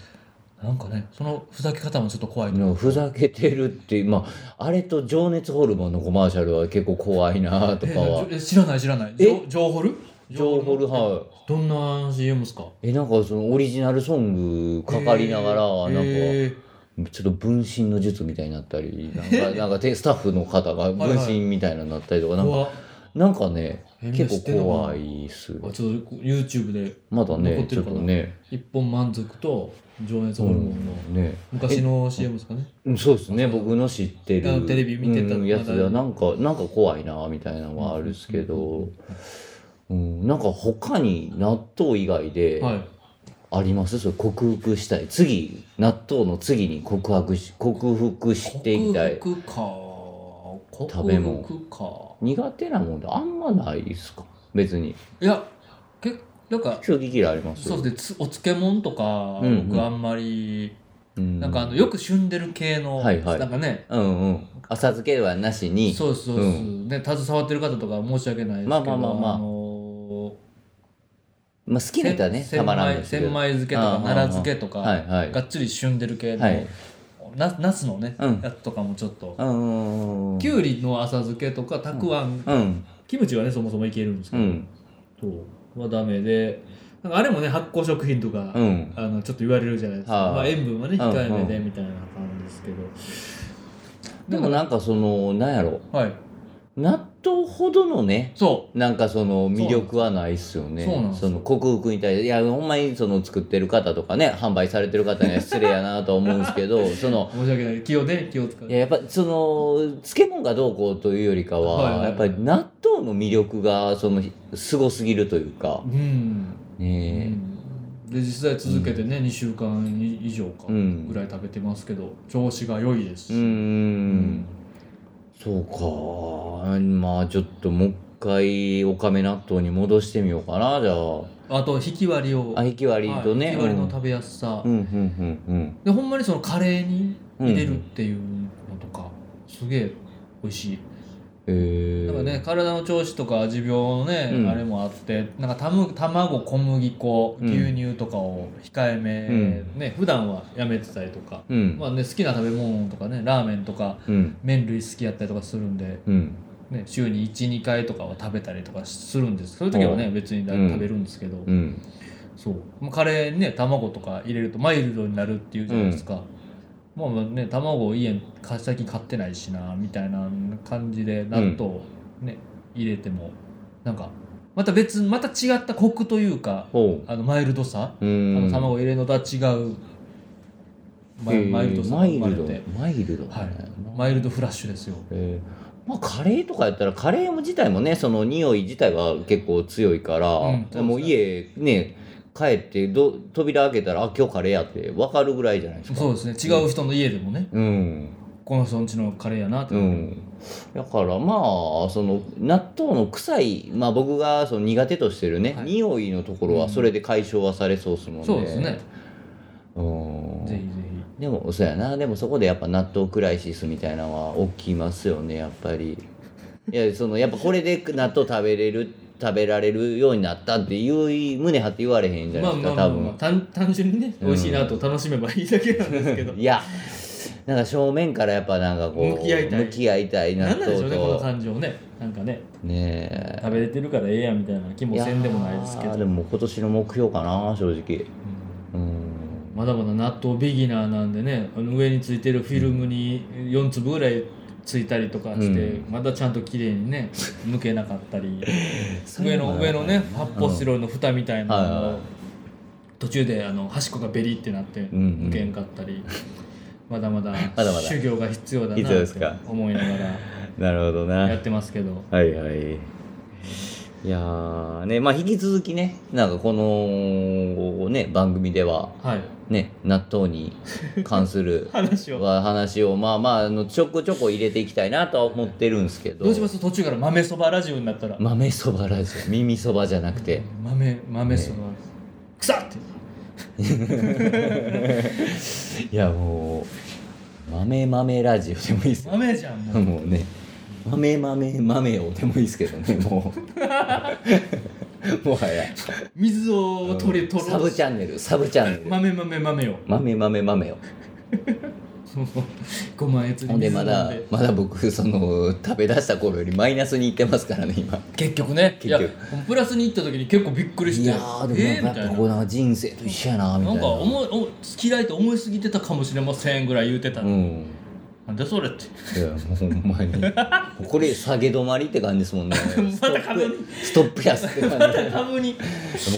Speaker 2: なんかねそのふざけ方もちょっと怖いと
Speaker 1: で
Speaker 2: いうか
Speaker 1: もふざけてるっていうまああれと「情熱ホルモン」のコマーシャルは結構怖いなとかは
Speaker 2: えー知らない知らない
Speaker 1: え
Speaker 2: ジョジョーホル
Speaker 1: 「情ホル」はい
Speaker 2: どんな CM ですか
Speaker 1: えなんかそのオリジナルソングかかりながらなんか
Speaker 2: えー
Speaker 1: ちょっと分身の術みたいになったりなんかなんかてスタッフの方が分身みたいなのになったりとかなんか
Speaker 2: 怖っ
Speaker 1: なんかね
Speaker 2: えー
Speaker 1: 結
Speaker 2: 知って
Speaker 1: 構
Speaker 2: んのかな
Speaker 1: 怖いっす
Speaker 2: あちょっと YouTube で
Speaker 1: まだ
Speaker 2: 残っ
Speaker 1: ね
Speaker 2: て
Speaker 1: ちょ
Speaker 2: る
Speaker 1: っ
Speaker 2: か
Speaker 1: と
Speaker 2: な
Speaker 1: ね
Speaker 2: 一本満足と情熱
Speaker 1: う
Speaker 2: ホルモンの
Speaker 1: んね
Speaker 2: 昔の CM ですかね
Speaker 1: うんそうですね僕の知って
Speaker 2: あ
Speaker 1: る
Speaker 2: のテレビ見てた
Speaker 1: うんやつでは
Speaker 2: ま
Speaker 1: な
Speaker 2: だ
Speaker 1: んかなんか怖いなみたいなのはあるっすけどうん、なんか他に納豆以外で
Speaker 2: はい。
Speaker 1: あります、それ克服したい次納豆の次に告白し克服していきたい
Speaker 2: 克服か。
Speaker 1: 食べ物
Speaker 2: 克服か。
Speaker 1: 苦手なもんであんまないですか別に
Speaker 2: いや、けなんか、
Speaker 1: 衝撃嫌いあります
Speaker 2: そうですね、つお漬物とか、
Speaker 1: うんうん
Speaker 2: 僕あんまり、
Speaker 1: うん
Speaker 2: なんかあの、よく旬でる系の、
Speaker 1: はいはい
Speaker 2: なんかね、
Speaker 1: うんうん浅漬けではなしに
Speaker 2: そうですそうです、ね、携わってる方とか申し訳ないですけど、
Speaker 1: まあまあまあまあ
Speaker 2: のー
Speaker 1: まあ、好きな人はね
Speaker 2: せ
Speaker 1: た
Speaker 2: ん
Speaker 1: まらんですけど
Speaker 2: 千枚漬けと
Speaker 1: あああ
Speaker 2: か
Speaker 1: あ
Speaker 2: 奈良漬けとか、
Speaker 1: はいはい
Speaker 2: がっつり旬でる系の、
Speaker 1: はい
Speaker 2: なナスのね、
Speaker 1: うん
Speaker 2: やつとかもちょっと、
Speaker 1: うんうんうん
Speaker 2: きゅうりの浅漬けとかたくあん、
Speaker 1: うん
Speaker 2: キムチはねそもそもいけるんですけ
Speaker 1: う
Speaker 2: ど、
Speaker 1: ん
Speaker 2: そうはダメでなんかあれもね発酵食品とか、
Speaker 1: うん
Speaker 2: あのちょっと言われるじゃないですか、
Speaker 1: はあ
Speaker 2: まあ、塩分はね
Speaker 1: うんうん
Speaker 2: 控えめでみたいな感じですけど、
Speaker 1: でもなんかそのなんやろ
Speaker 2: はい
Speaker 1: 納豆ほどのね
Speaker 2: そ
Speaker 1: なんかその魅力はないっすよね。
Speaker 2: そうなんですよ
Speaker 1: の克服に対して、いや、ほんまにその作ってる方とかね、販売されてる方には失礼やなとは思うんですけ
Speaker 2: *laughs*
Speaker 1: ど、その
Speaker 2: う、申し訳ない気をね気を使う
Speaker 1: いややっぱその、漬物がどうこうというよりか
Speaker 2: はいはい
Speaker 1: は、
Speaker 2: はい
Speaker 1: やっぱり納豆の魅力が、その、すごすぎるというか
Speaker 2: う、ん
Speaker 1: ね
Speaker 2: で実際続けてね、2週間以上か
Speaker 1: う
Speaker 2: ぐ
Speaker 1: ん
Speaker 2: らい食べてますけど調子が良いです
Speaker 1: え。うー
Speaker 2: し、
Speaker 1: ん、そうか。まあちょっともう一回、おかめ納豆に戻してみようかな、じゃ
Speaker 2: あと引き割りを
Speaker 1: あ。あ、ひき割りとね。
Speaker 2: はい引き割りの食べやすさ、
Speaker 1: うん、うん、うん、うん。
Speaker 2: でほんまにそのカレーに入れるっていうのとか、すげえ美味しい
Speaker 1: えー、
Speaker 2: だからね体の調子とか持病のね、
Speaker 1: うん
Speaker 2: あれもあってなんかたむ卵小麦粉
Speaker 1: うん
Speaker 2: 牛乳とかを控えめ、
Speaker 1: うん
Speaker 2: ね普段はやめてたりとか、
Speaker 1: うん。
Speaker 2: まあね、好きな食べ物とかねラーメンとか
Speaker 1: うん。
Speaker 2: 麺類好きやったりとかするんで、
Speaker 1: うん。
Speaker 2: ね、週に12回とかは食べたりとかするんですそういう時はね
Speaker 1: う
Speaker 2: 別にだ
Speaker 1: うん
Speaker 2: 食べるんですけど、
Speaker 1: うん。
Speaker 2: そうまあカレーにね卵とか入れるとマイルドになるっていうじゃないですか、まあまあね卵を家にか最近買ってないしなみたいな感じで納豆をね、入れてもなんかまた別また違ったコクというか
Speaker 1: ほう。
Speaker 2: あのマイルドさ、
Speaker 1: う
Speaker 2: あの
Speaker 1: ん。
Speaker 2: 卵を入れるのとは違うマイ,、
Speaker 1: えー
Speaker 2: マイルドさが
Speaker 1: マイ
Speaker 2: 生まれ
Speaker 1: ルド
Speaker 2: て。
Speaker 1: マイルド。
Speaker 2: はいマイルドフラッシュですよ
Speaker 1: えーまあ、カレーとかやったらカレーも自体もねその匂い自体は結構強いから、
Speaker 2: うんそうですね
Speaker 1: もう家ね帰ってど扉開けたらあ今日カレーやって分かるぐらいじゃないですか
Speaker 2: そうですね違う人の家でもね、
Speaker 1: うん
Speaker 2: この人んちのカレーやなって、
Speaker 1: うん、だからまあその納豆の臭い、まあ、僕がその苦手としてるね、
Speaker 2: はい
Speaker 1: 匂いのところはそれで解消はされそうですもんね、
Speaker 2: そうですね、
Speaker 1: うん
Speaker 2: ぜひぜ
Speaker 1: でもそうやなでもそこでやっぱ納豆クライシスみたいなのは起きますよねやっぱ
Speaker 2: *laughs*
Speaker 1: りいやそのやっぱこれで納豆食べれる食べられるようになったっていう胸張って言われへんじ
Speaker 2: ひ
Speaker 1: ゃな
Speaker 2: まあ
Speaker 1: いです
Speaker 2: ま
Speaker 1: か、
Speaker 2: あまあ、
Speaker 1: 多
Speaker 2: まあ、
Speaker 1: 分
Speaker 2: 単単純にね美味しいなと楽しめばいいだけなんですけど
Speaker 1: *laughs* いやなんか正面からやっぱなんかこう
Speaker 2: 向き合いたい
Speaker 1: 向き合いたい納
Speaker 2: なんなんでしょ
Speaker 1: 豆
Speaker 2: うねこの
Speaker 1: と
Speaker 2: 感情ねなんかね
Speaker 1: ねえ
Speaker 2: 食べれてるからええやんみたいな気もせんでもないですけ
Speaker 1: や
Speaker 2: ど、
Speaker 1: ー
Speaker 2: う
Speaker 1: で
Speaker 2: ん
Speaker 1: も今年の目標かな正直うん
Speaker 2: まだまだ納豆ビギナーなんでねあの上についてるフィルムに4粒ぐらいついたりとかして、
Speaker 1: う
Speaker 2: まだちゃんと綺麗に
Speaker 1: *laughs*
Speaker 2: ね剥けなかったり
Speaker 1: そう
Speaker 2: 上
Speaker 1: いうの
Speaker 2: の
Speaker 1: も
Speaker 2: 上のね発泡スチロールの蓋みたいなの
Speaker 1: はい
Speaker 2: を
Speaker 1: はい
Speaker 2: 途中であの端っこがベリってなって
Speaker 1: んうん
Speaker 2: 剥けんかったり、まだまだ
Speaker 1: まだまだ
Speaker 2: 修行が必要だな
Speaker 1: 必要ですか
Speaker 2: と思いなが
Speaker 1: なるほど
Speaker 2: ら
Speaker 1: な
Speaker 2: やってますけど。
Speaker 1: はいはい。いやーね、まあ引き続きね、なんかこのね、番組では、
Speaker 2: はい、
Speaker 1: ね、納豆に関す
Speaker 2: *laughs*
Speaker 1: る
Speaker 2: 話を
Speaker 1: は話を、まあまあ、あのちょこちょこ入れていきたいなとは思ってるんですけど。
Speaker 2: どうします途中から豆そばラジオになったら
Speaker 1: 豆そばラジオ、耳そばじゃなくて。
Speaker 2: 豆豆そば、くさって
Speaker 1: いやもう、豆豆ラジオでもいいですよ。
Speaker 2: 豆じゃんもう
Speaker 1: もうね、豆豆豆をでもいいですけどね、も
Speaker 2: *laughs*
Speaker 1: う。もはや。
Speaker 2: 水を取り取ろ
Speaker 1: サ
Speaker 2: うと
Speaker 1: ブ
Speaker 2: し
Speaker 1: チャンネル、サブチャンネル。
Speaker 2: 豆豆豆を *laughs*
Speaker 1: 豆豆豆を。
Speaker 2: ごまえつ
Speaker 1: ほ
Speaker 2: に
Speaker 1: んで
Speaker 2: 水飲
Speaker 1: ま
Speaker 2: ん
Speaker 1: だ
Speaker 2: で
Speaker 1: まだ僕その食べ出した頃よりマイナスにいってますからね今
Speaker 2: 結局ね
Speaker 1: 結局
Speaker 2: いやプラスに行った時に結構びっくりして
Speaker 1: いやー
Speaker 2: え
Speaker 1: で
Speaker 2: ー、
Speaker 1: もな
Speaker 2: み
Speaker 1: んか
Speaker 2: た
Speaker 1: やっ
Speaker 2: い
Speaker 1: ぱ
Speaker 2: な
Speaker 1: こうなんか人生と一緒やなみた
Speaker 2: ないん
Speaker 1: な
Speaker 2: か思いお嫌いと思いすぎてたかもしれませんぐらい言うてた、
Speaker 1: うん
Speaker 2: なんでそれって
Speaker 1: いやもうほんまにもう
Speaker 2: *laughs*
Speaker 1: これ下げ止まりって感じですもんねスト
Speaker 2: ま
Speaker 1: ッ
Speaker 2: た株に
Speaker 1: プストップ安って感じでも
Speaker 2: 株に
Speaker 1: う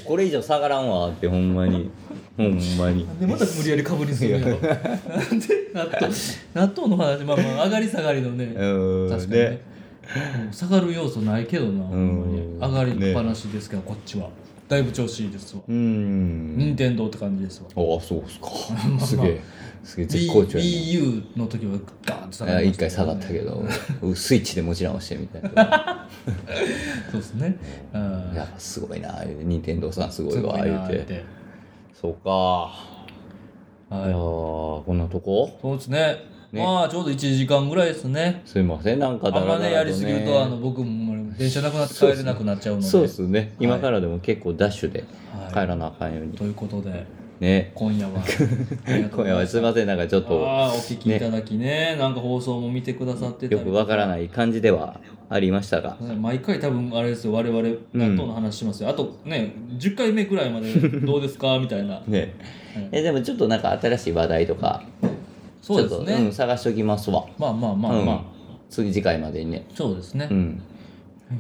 Speaker 1: これ以上下がらんわってほんまにほんまに
Speaker 2: なんでまた無理やり株にするのなんで納豆納豆の話まあまあ上がり下がりのね
Speaker 1: うん
Speaker 2: 確かにね
Speaker 1: で
Speaker 2: もう下がる要素ないけどな、ほんま
Speaker 1: う
Speaker 2: に
Speaker 1: ん
Speaker 2: 上がりっぱなしですけど、こっちはだいぶ調子いいですわ
Speaker 1: うーん
Speaker 2: 任天堂って感じですわ
Speaker 1: ああそうっすか
Speaker 2: まあ
Speaker 1: すげえすげえ絶好調やな
Speaker 2: BU の時はガーンと下が
Speaker 1: あ
Speaker 2: りま
Speaker 1: 一
Speaker 2: した
Speaker 1: 回下がったけどスイッチで持ち直してみたいな
Speaker 2: そうですねうん
Speaker 1: いやすごいな任天堂さんすごい
Speaker 2: すご
Speaker 1: わ
Speaker 2: い
Speaker 1: 言
Speaker 2: な
Speaker 1: う
Speaker 2: ーって
Speaker 1: てそうかいや
Speaker 2: はい
Speaker 1: ーこんなとこ
Speaker 2: そうですね
Speaker 1: ね
Speaker 2: まあちょうど1時間ぐらいですね
Speaker 1: すいませんなんか
Speaker 2: あ
Speaker 1: だ
Speaker 2: ん
Speaker 1: ら
Speaker 2: ま
Speaker 1: だら
Speaker 2: ね
Speaker 1: と
Speaker 2: やりすぎるとあの僕も電車なくなって帰れなくなっちゃうので
Speaker 1: そうですね今からでも結構ダッシュで
Speaker 2: はい
Speaker 1: 帰らなあかんように
Speaker 2: ということで
Speaker 1: ね
Speaker 2: 今夜
Speaker 1: *laughs*
Speaker 2: は
Speaker 1: 今夜はすいませんなんかちょっと
Speaker 2: あーお聞きいただきねなんか放送も見てくださってた
Speaker 1: よ
Speaker 2: り
Speaker 1: くわからない感じではありましたが
Speaker 2: ね毎回多分あれですよ我々納豆の話しますよ、あとね10回目くらいまでどうですかみたいな
Speaker 1: ね
Speaker 2: うん
Speaker 1: えでもちょっとなんか新しい話題とか
Speaker 2: そうです
Speaker 1: ちょっとう
Speaker 2: ね
Speaker 1: ん、探しときますわ
Speaker 2: まあまあまあ
Speaker 1: うん
Speaker 2: まあ、
Speaker 1: 次次回までにね
Speaker 2: そうですね、
Speaker 1: うん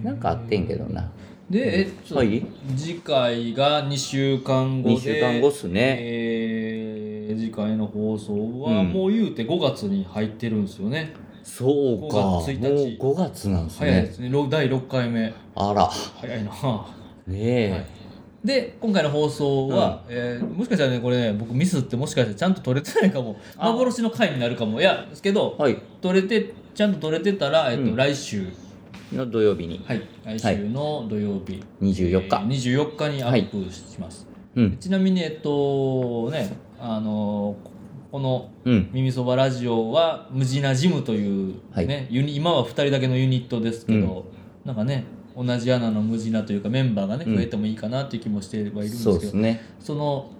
Speaker 1: なんかあってんけどな
Speaker 2: でえちょっと
Speaker 1: はい
Speaker 2: 次回が2週間後で
Speaker 1: 2週間後っすね
Speaker 2: えー次回の放送は
Speaker 1: うん
Speaker 2: もう言うて5月に入ってるんですよね、
Speaker 1: そうかもう
Speaker 2: 5月1日
Speaker 1: 5月なんです
Speaker 2: 早いで
Speaker 1: ね
Speaker 2: すねろ第6回目
Speaker 1: あら
Speaker 2: 早いな
Speaker 1: ねえ、
Speaker 2: はいで今回の放送は、えーもしかしたらねこれね僕ミスってもしかしたらちゃんと撮れてないかも
Speaker 1: あ
Speaker 2: 幻の回になるかもいやですけど、
Speaker 1: はい
Speaker 2: 撮れてちゃんと撮れてたら、えっと
Speaker 1: うん
Speaker 2: 来週
Speaker 1: の土曜日に
Speaker 2: はい来週の土曜日、
Speaker 1: 24日、
Speaker 2: えー24日にアップします、
Speaker 1: うん
Speaker 2: ちなみにえっとねあのここの
Speaker 1: うん
Speaker 2: 耳そばラジオは無地なジムという、ね
Speaker 1: はい
Speaker 2: ユニ今は2人だけのユニットですけど、なんかね同じ穴の無地なというかメンバーがね
Speaker 1: うん
Speaker 2: 増えてもいいかなという気もしてはいるんですけど、
Speaker 1: そうですね
Speaker 2: その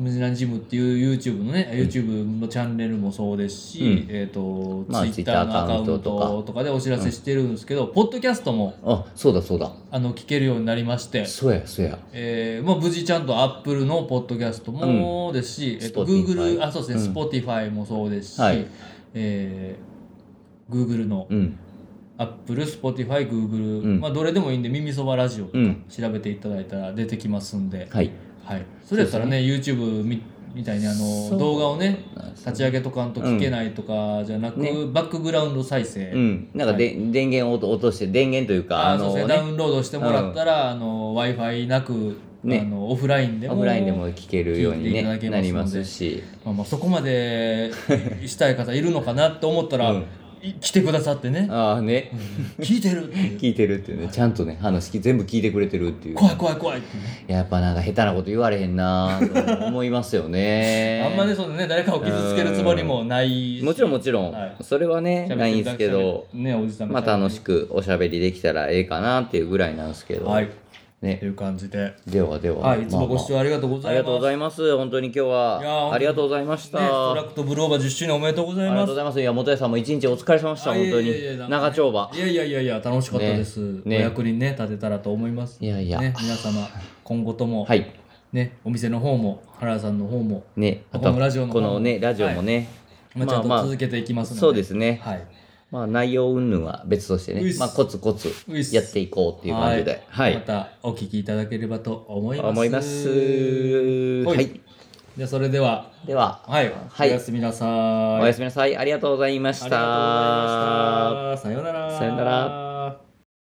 Speaker 2: 無地なジムっていう YouTube のね、YouTube のチャンネルもそうですし、
Speaker 1: うん
Speaker 2: えっ、と、
Speaker 1: まあ
Speaker 2: Twitter のアカウント
Speaker 1: Twitter アカウント
Speaker 2: とかでお知らせしてるんですけど、ポッドキャストも
Speaker 1: あそうだそうだ
Speaker 2: あの聞けるようになりまして、
Speaker 1: そうやそうや
Speaker 2: えーまあ、無事ちゃんとアップルのポッドキャストもですし、えっと、
Speaker 1: Spotify
Speaker 2: Google あそうですね、
Speaker 1: うん
Speaker 2: Spotify もそうですし、
Speaker 1: はい
Speaker 2: えー Google の
Speaker 1: うん
Speaker 2: アップル Spotify、Google、
Speaker 1: うん
Speaker 2: まあ、どれでもいいんで耳そばラジオとか
Speaker 1: うん
Speaker 2: 調べていただいたら出てきますんで、
Speaker 1: はい
Speaker 2: はい、それやったらね YouTube みみたいにあ
Speaker 1: そ
Speaker 2: の
Speaker 1: う
Speaker 2: 動画をね立ち上げとかんと聞けないとかじゃなく、
Speaker 1: ね
Speaker 2: バックグラウンド再生、
Speaker 1: うんなんかで、電源を落と落として電源というか
Speaker 2: あ
Speaker 1: あ
Speaker 2: そう
Speaker 1: の
Speaker 2: ですねダウ
Speaker 1: ね
Speaker 2: ンロードしてもらったら、あの w i f i なく、
Speaker 1: ね
Speaker 2: あのオフラインでも
Speaker 1: オフラインでも聞けるように、
Speaker 2: 聞いてい
Speaker 1: ね
Speaker 2: ただけますので
Speaker 1: なりますし
Speaker 2: まあ、まあそこまでしたい方いるのかなと思ったら、
Speaker 1: うん
Speaker 2: い来てくださってね
Speaker 1: ああ
Speaker 2: *laughs*
Speaker 1: ね
Speaker 2: 聞いてるっていう
Speaker 1: 聞いてるっていうねちゃんとね話全部聞いてくれてるっていう
Speaker 2: 怖い怖い怖いってね
Speaker 1: やっぱなんか下手なこと言われへんなと思いますよね。
Speaker 2: *laughs* あんまねそのね誰かを傷つけるつもりもないし
Speaker 1: もちろんもちろん、
Speaker 2: はい
Speaker 1: それはね
Speaker 2: 喋ってる
Speaker 1: ないんですけど、
Speaker 2: ねおじさん
Speaker 1: ま
Speaker 2: が
Speaker 1: あ楽しくおしゃべりできたらええかなっていうぐらいなんですけど、
Speaker 2: はいと
Speaker 1: ね
Speaker 2: い、う感じで、
Speaker 1: ではでは、
Speaker 2: はい、いつもご視
Speaker 1: まあま
Speaker 2: 聴ありがとうご
Speaker 1: ああ
Speaker 2: ざ
Speaker 1: り
Speaker 2: い
Speaker 1: がとうご
Speaker 2: ます
Speaker 1: ざいます本当に今日
Speaker 2: いやー本当
Speaker 1: は
Speaker 2: に
Speaker 1: ありがとうございました、
Speaker 2: ね、ストラ
Speaker 1: あ
Speaker 2: クトブルオーバー10周年おめでとうござ
Speaker 1: り
Speaker 2: い
Speaker 1: がと
Speaker 2: ま
Speaker 1: う
Speaker 2: す
Speaker 1: ございますいや本谷さんも一日お疲れ様でした
Speaker 2: あ
Speaker 1: 本当
Speaker 2: い
Speaker 1: に
Speaker 2: やいやいや
Speaker 1: 長丁場
Speaker 2: いやいやいやいや楽しかったです、
Speaker 1: ね
Speaker 2: お役にね立てたらと思います
Speaker 1: いやいや
Speaker 2: ね、皆様今後とも、
Speaker 1: はい
Speaker 2: ねお店の方も原田さんの方も
Speaker 1: ねあ
Speaker 2: ことのラジオの方
Speaker 1: このねラジオもね、
Speaker 2: まあ、ち
Speaker 1: ま
Speaker 2: ゃ
Speaker 1: あ
Speaker 2: んと
Speaker 1: まあ
Speaker 2: 続けていきますので、
Speaker 1: そうですね、
Speaker 2: はい。
Speaker 1: まあ内容云々は別として
Speaker 2: うい
Speaker 1: ね
Speaker 2: っ、す
Speaker 1: まあコツコツ
Speaker 2: ういっす
Speaker 1: やっていこうっていう感じで、はい、
Speaker 2: またお聞きいただければと思います。
Speaker 1: 思います。
Speaker 2: はい
Speaker 1: はい、
Speaker 2: でそれでは、
Speaker 1: では、
Speaker 2: はい、
Speaker 1: はい
Speaker 2: おやすみなさい。
Speaker 1: おやすみなさい。ありがとうございま
Speaker 2: あ
Speaker 1: し
Speaker 2: りがとうござい
Speaker 1: た。
Speaker 2: ました。さようなら。
Speaker 1: さようなら。